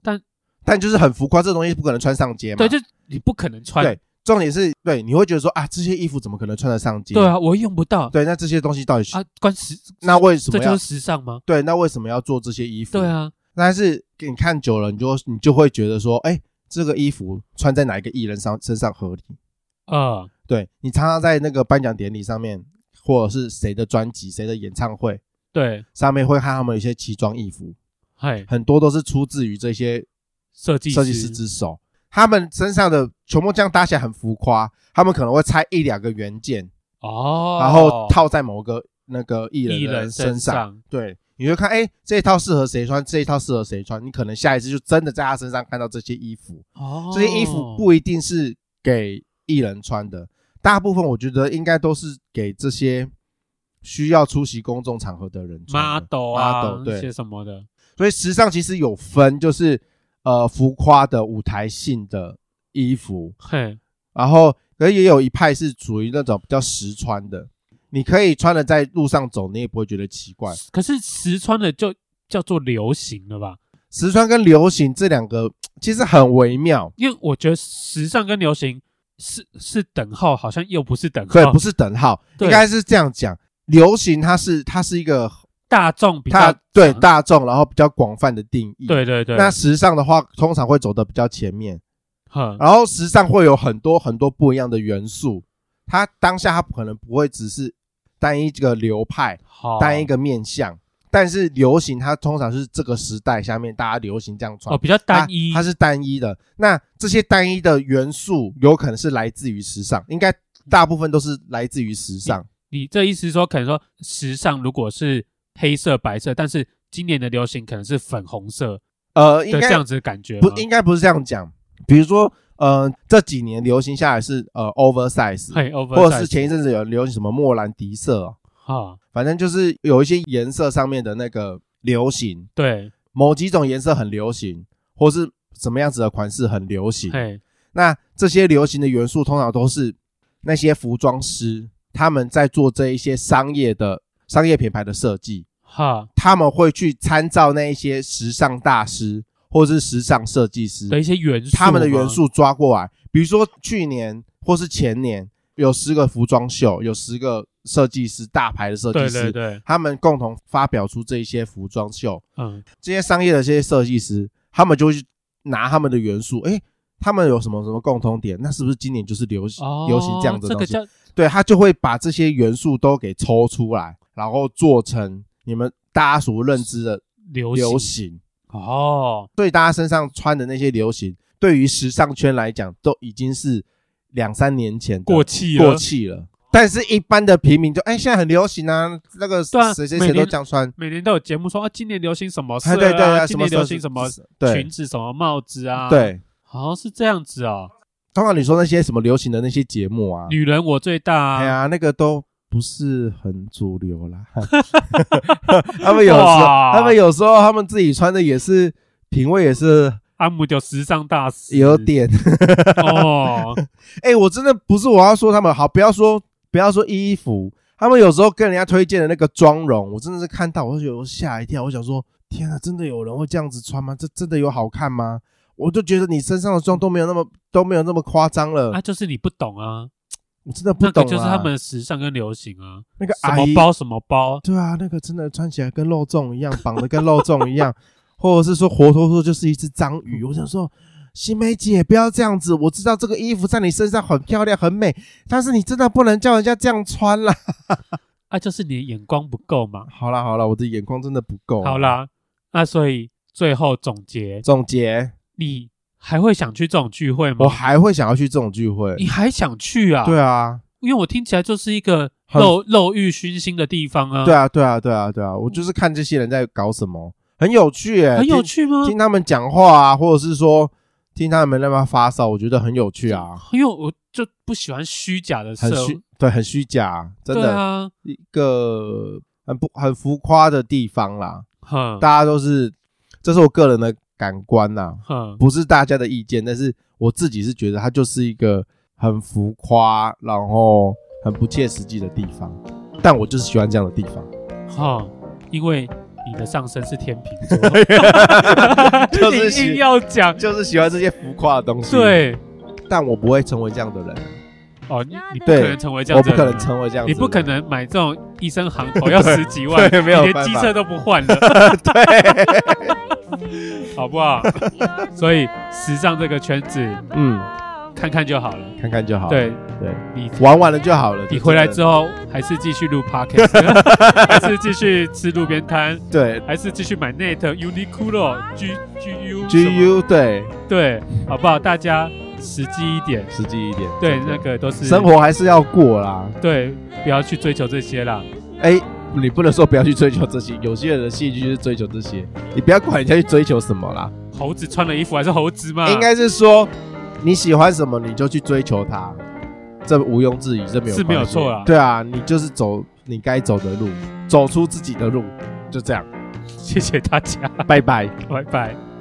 Speaker 2: 但
Speaker 1: 但就是很浮夸，这东西不可能穿上街嘛。
Speaker 2: 对，就你不可能穿，
Speaker 1: 对重点是对，你会觉得说啊，这些衣服怎么可能穿得上街？
Speaker 2: 对啊，我用不到
Speaker 1: 对，那这些东西到底是、
Speaker 2: 啊，关时
Speaker 1: 那为什
Speaker 2: 这
Speaker 1: 么
Speaker 2: 就
Speaker 1: 要
Speaker 2: 是时尚吗？
Speaker 1: 对？那为什么要做这些衣服？
Speaker 2: 对啊，
Speaker 1: 但是给你看久了，你就你就会觉得说，哎、这个衣服穿在哪一个艺人上身上合理？
Speaker 2: 呃，
Speaker 1: 对你常常在那个颁奖典礼上面，或者是谁的专辑、谁的演唱会
Speaker 2: 对，
Speaker 1: 上面，会看他们有一些奇装异服，
Speaker 2: 嗨，
Speaker 1: 很多都是出自于这些
Speaker 2: 设计
Speaker 1: 设计师之手。他们身上的球幕这样搭起来很浮夸，他们可能会拆一两个元件，
Speaker 2: 哦，
Speaker 1: 然后套在某个那个艺人
Speaker 2: 艺
Speaker 1: 的
Speaker 2: 人
Speaker 1: 身上。
Speaker 2: 上，
Speaker 1: 对，你就看，哎、这一套适合谁穿，这一套适合谁穿，你可能下一次就真的在他身上看到这些衣服。
Speaker 2: 哦，
Speaker 1: 这些衣服不一定是给艺人穿的，大部分我觉得应该都是给这些需要出席公众场合的人穿的。
Speaker 2: model 啊
Speaker 1: model，对
Speaker 2: 那些什么的，
Speaker 1: 所以时尚其实有分，就是呃浮夸的舞台性的衣服，
Speaker 2: 嘿，
Speaker 1: 然后可是也有一派是属于那种比较实穿的，你可以穿的在路上走，你也不会觉得奇怪。
Speaker 2: 可是实穿的就叫做流行了吧？
Speaker 1: 实穿跟流行这两个其实很微妙，
Speaker 2: 因为我觉得时尚跟流行是是等号，好像又不是等号，
Speaker 1: 对，不是等号，
Speaker 2: 对
Speaker 1: 应该是这样讲。流行它是它是一个
Speaker 2: 大众比较
Speaker 1: 大对
Speaker 2: 常
Speaker 1: 大众，然后比较广泛的定义。，
Speaker 2: 对对对，
Speaker 1: 那时尚的话，通常会走的比较前面，
Speaker 2: 哼
Speaker 1: 然后时尚会有很多很多不一样的元素。它当下它可能不会只是单一这个流派，
Speaker 2: 好
Speaker 1: 呃单一个面向，但是流行它通常是这个时代下面大家流行这样穿
Speaker 2: 哦，比较单一
Speaker 1: 它，它是单一的。那这些单一的元素有可能是来自于时尚，应该大部分都是来自于时尚。
Speaker 2: 你这意思是说，可能说时尚如果是黑色、白色，但是今年的流行可能是粉红色
Speaker 1: 呃，应
Speaker 2: 的这
Speaker 1: 该
Speaker 2: 样子的感觉吗
Speaker 1: 不应该不是这样讲。比如说，呃，这几年流行下来是呃 oversize，
Speaker 2: 嘿 over，
Speaker 1: 或者是前一阵子有流行什么莫兰迪色、哦，
Speaker 2: 啊，
Speaker 1: 反正就是有一些颜色上面的那个流行，
Speaker 2: 对，
Speaker 1: 某几种颜色很流行，或是什么样子的款式很流行。
Speaker 2: 嘿，
Speaker 1: 那这些流行的元素通常都是那些服装师他们在做这一些商业的商业品牌的设计，
Speaker 2: 哈
Speaker 1: 他们会去参照那一些时尚大师或是时尚设计师
Speaker 2: 的一些元素吗，
Speaker 1: 他们的元素抓过来，比如说去年或是前年有十个服装秀，有十个设计师大牌的设计
Speaker 2: 对
Speaker 1: 师，
Speaker 2: 对对，
Speaker 1: 他们共同发表出这一些服装秀，
Speaker 2: 嗯，
Speaker 1: 这些商业的这些设计师，他们就会去拿他们的元素，诶，他们有什么什么共通点？那是不是今年就是流行、
Speaker 2: 哦，
Speaker 1: 流行这样的
Speaker 2: 这
Speaker 1: 东
Speaker 2: 个
Speaker 1: 西？
Speaker 2: 叫
Speaker 1: 对他就会把这些元素都给抽出来，然后做成你们大家所认知的
Speaker 2: 流
Speaker 1: 流
Speaker 2: 行
Speaker 1: 行。
Speaker 2: 哦，
Speaker 1: 所以大家身上穿的那些流行，对于时尚圈来讲，都已经是两三年前的
Speaker 2: 过气了
Speaker 1: 过气了。但是，一般的平民就哎、现在很流行啊，那个
Speaker 2: 对啊
Speaker 1: 谁谁
Speaker 2: 每
Speaker 1: 谁都
Speaker 2: 年
Speaker 1: 这样穿，
Speaker 2: 每年都有节目说啊，今年流行什么色
Speaker 1: 哎对对对，
Speaker 2: 今年
Speaker 1: 时候
Speaker 2: 流行什么
Speaker 1: 对
Speaker 2: 裙子、什么帽子啊，，
Speaker 1: 对，
Speaker 2: 好像是这样子哦。
Speaker 1: 通常你说那些什么流行的那些节目啊，
Speaker 2: 女人我最大
Speaker 1: 哎
Speaker 2: 啊，
Speaker 1: 呀，那个都不是很主流 啦。 他们有时候，
Speaker 2: 哇
Speaker 1: 他们有时候他们自己穿的也是品味也是
Speaker 2: 阿姆就时尚大师，
Speaker 1: 有点。
Speaker 2: 哦，
Speaker 1: 哎、我真的不是我要说他们好，不要说不要说衣服，他们有时候跟人家推荐的那个妆容，我真的是看到我就觉得我吓一跳，我想说天啊，真的有人会这样子穿吗？这真的有好看吗？我就觉得你身上的妆都没有那么都没有那么夸张了，
Speaker 2: 啊，就是你不懂啊，
Speaker 1: 我真的不
Speaker 2: 那
Speaker 1: 懂啊、
Speaker 2: 个就是他们的时尚跟流行啊，
Speaker 1: 那个
Speaker 2: 什
Speaker 1: 阿姨
Speaker 2: 么包什么包，
Speaker 1: 对啊，那个真的穿起来跟肉粽一样，绑的跟肉粽一样， 或者是说活脱脱就是一只章鱼。我想说，新梅姐不要这样子，我知道这个衣服在你身上很漂亮很美，但是你真的不能叫人家这样穿啦。
Speaker 2: 啊，就是你的眼光不够嘛。
Speaker 1: 好啦好啦，我的眼光真的不够。
Speaker 2: 好，啦，那所以最后总结，
Speaker 1: 总结，
Speaker 2: 你还会想去这种聚会吗
Speaker 1: 我？还会想要去这种聚会。
Speaker 2: 你还想去啊？
Speaker 1: 对，啊，
Speaker 2: 因为我听起来就是一个
Speaker 1: 很
Speaker 2: 肉肉欲熏心的地方啊。
Speaker 1: 对，啊，对啊，对啊，对啊，我就是看这些人在搞什么，很有趣哎、
Speaker 2: 很有
Speaker 1: 听
Speaker 2: 趣啊吗？
Speaker 1: 听他们讲话啊，或者是说听他们那边发烧，我觉得很有趣啊。
Speaker 2: 因为我就不喜欢虚假的社
Speaker 1: 很虚，对，很虚假，真
Speaker 2: 对
Speaker 1: 的、
Speaker 2: 啊，
Speaker 1: 一个很不很浮夸的地方啦。
Speaker 2: 哼
Speaker 1: 大家都是，这是我个人的感官啦，
Speaker 2: 哼，
Speaker 1: 不是大家的意见，但是我自己是觉得它就是一个很浮夸，然后很不切实际的地方。但我就是喜欢这样的地方，
Speaker 2: 哈，因为你的上身是天秤座，
Speaker 1: 就是
Speaker 2: 你硬
Speaker 1: 喜
Speaker 2: 要讲，
Speaker 1: 就是喜欢这些浮夸的东西。，
Speaker 2: 对，
Speaker 1: 但我不会成为这样的人，
Speaker 2: 哦，你你不
Speaker 1: 对
Speaker 2: 可能成为这
Speaker 1: 我
Speaker 2: 样子
Speaker 1: 不
Speaker 2: 的人，
Speaker 1: 可能成为这样子
Speaker 2: 你
Speaker 1: 的人，
Speaker 2: 不可能买这种一身行 哦头要十几万，
Speaker 1: 对没有
Speaker 2: 你连
Speaker 1: 办
Speaker 2: 机
Speaker 1: 法
Speaker 2: 车都不换 了，
Speaker 1: 对，
Speaker 2: 好不 好？所以时尚这个圈子
Speaker 1: 嗯，
Speaker 2: 看看就好了。
Speaker 1: 看看就好，
Speaker 2: 对
Speaker 1: 对，
Speaker 2: 你，
Speaker 1: 玩完了就好了。
Speaker 2: 你回来之
Speaker 1: 后，
Speaker 2: 后还是继续录 podcast，还 是继续吃路边摊，
Speaker 1: 对
Speaker 2: 还是继续买 Net、Uniqlo、G GU 什么
Speaker 1: GU 对
Speaker 2: 对，好不好？大家实际一点，
Speaker 1: 实际一点，
Speaker 2: 对，
Speaker 1: 真的
Speaker 2: 那个都是
Speaker 1: 生活还是要过啦。
Speaker 2: 对，不要去追求这些啦。
Speaker 1: 哎、你不能说不要去追求这些，有些人的兴趣就是追求这些，你不要管人家去追求什么啦。
Speaker 2: 猴子穿的衣服还是猴子嘛，
Speaker 1: 应该是说你喜欢什么你就去追求它，这毋庸置疑，这没有
Speaker 2: 是没有
Speaker 1: 关系
Speaker 2: 错啦
Speaker 1: 对啊，你就是走你该走的路，走出自己的路，就这样，
Speaker 2: 谢谢大家，
Speaker 1: 拜拜。
Speaker 2: 拜拜。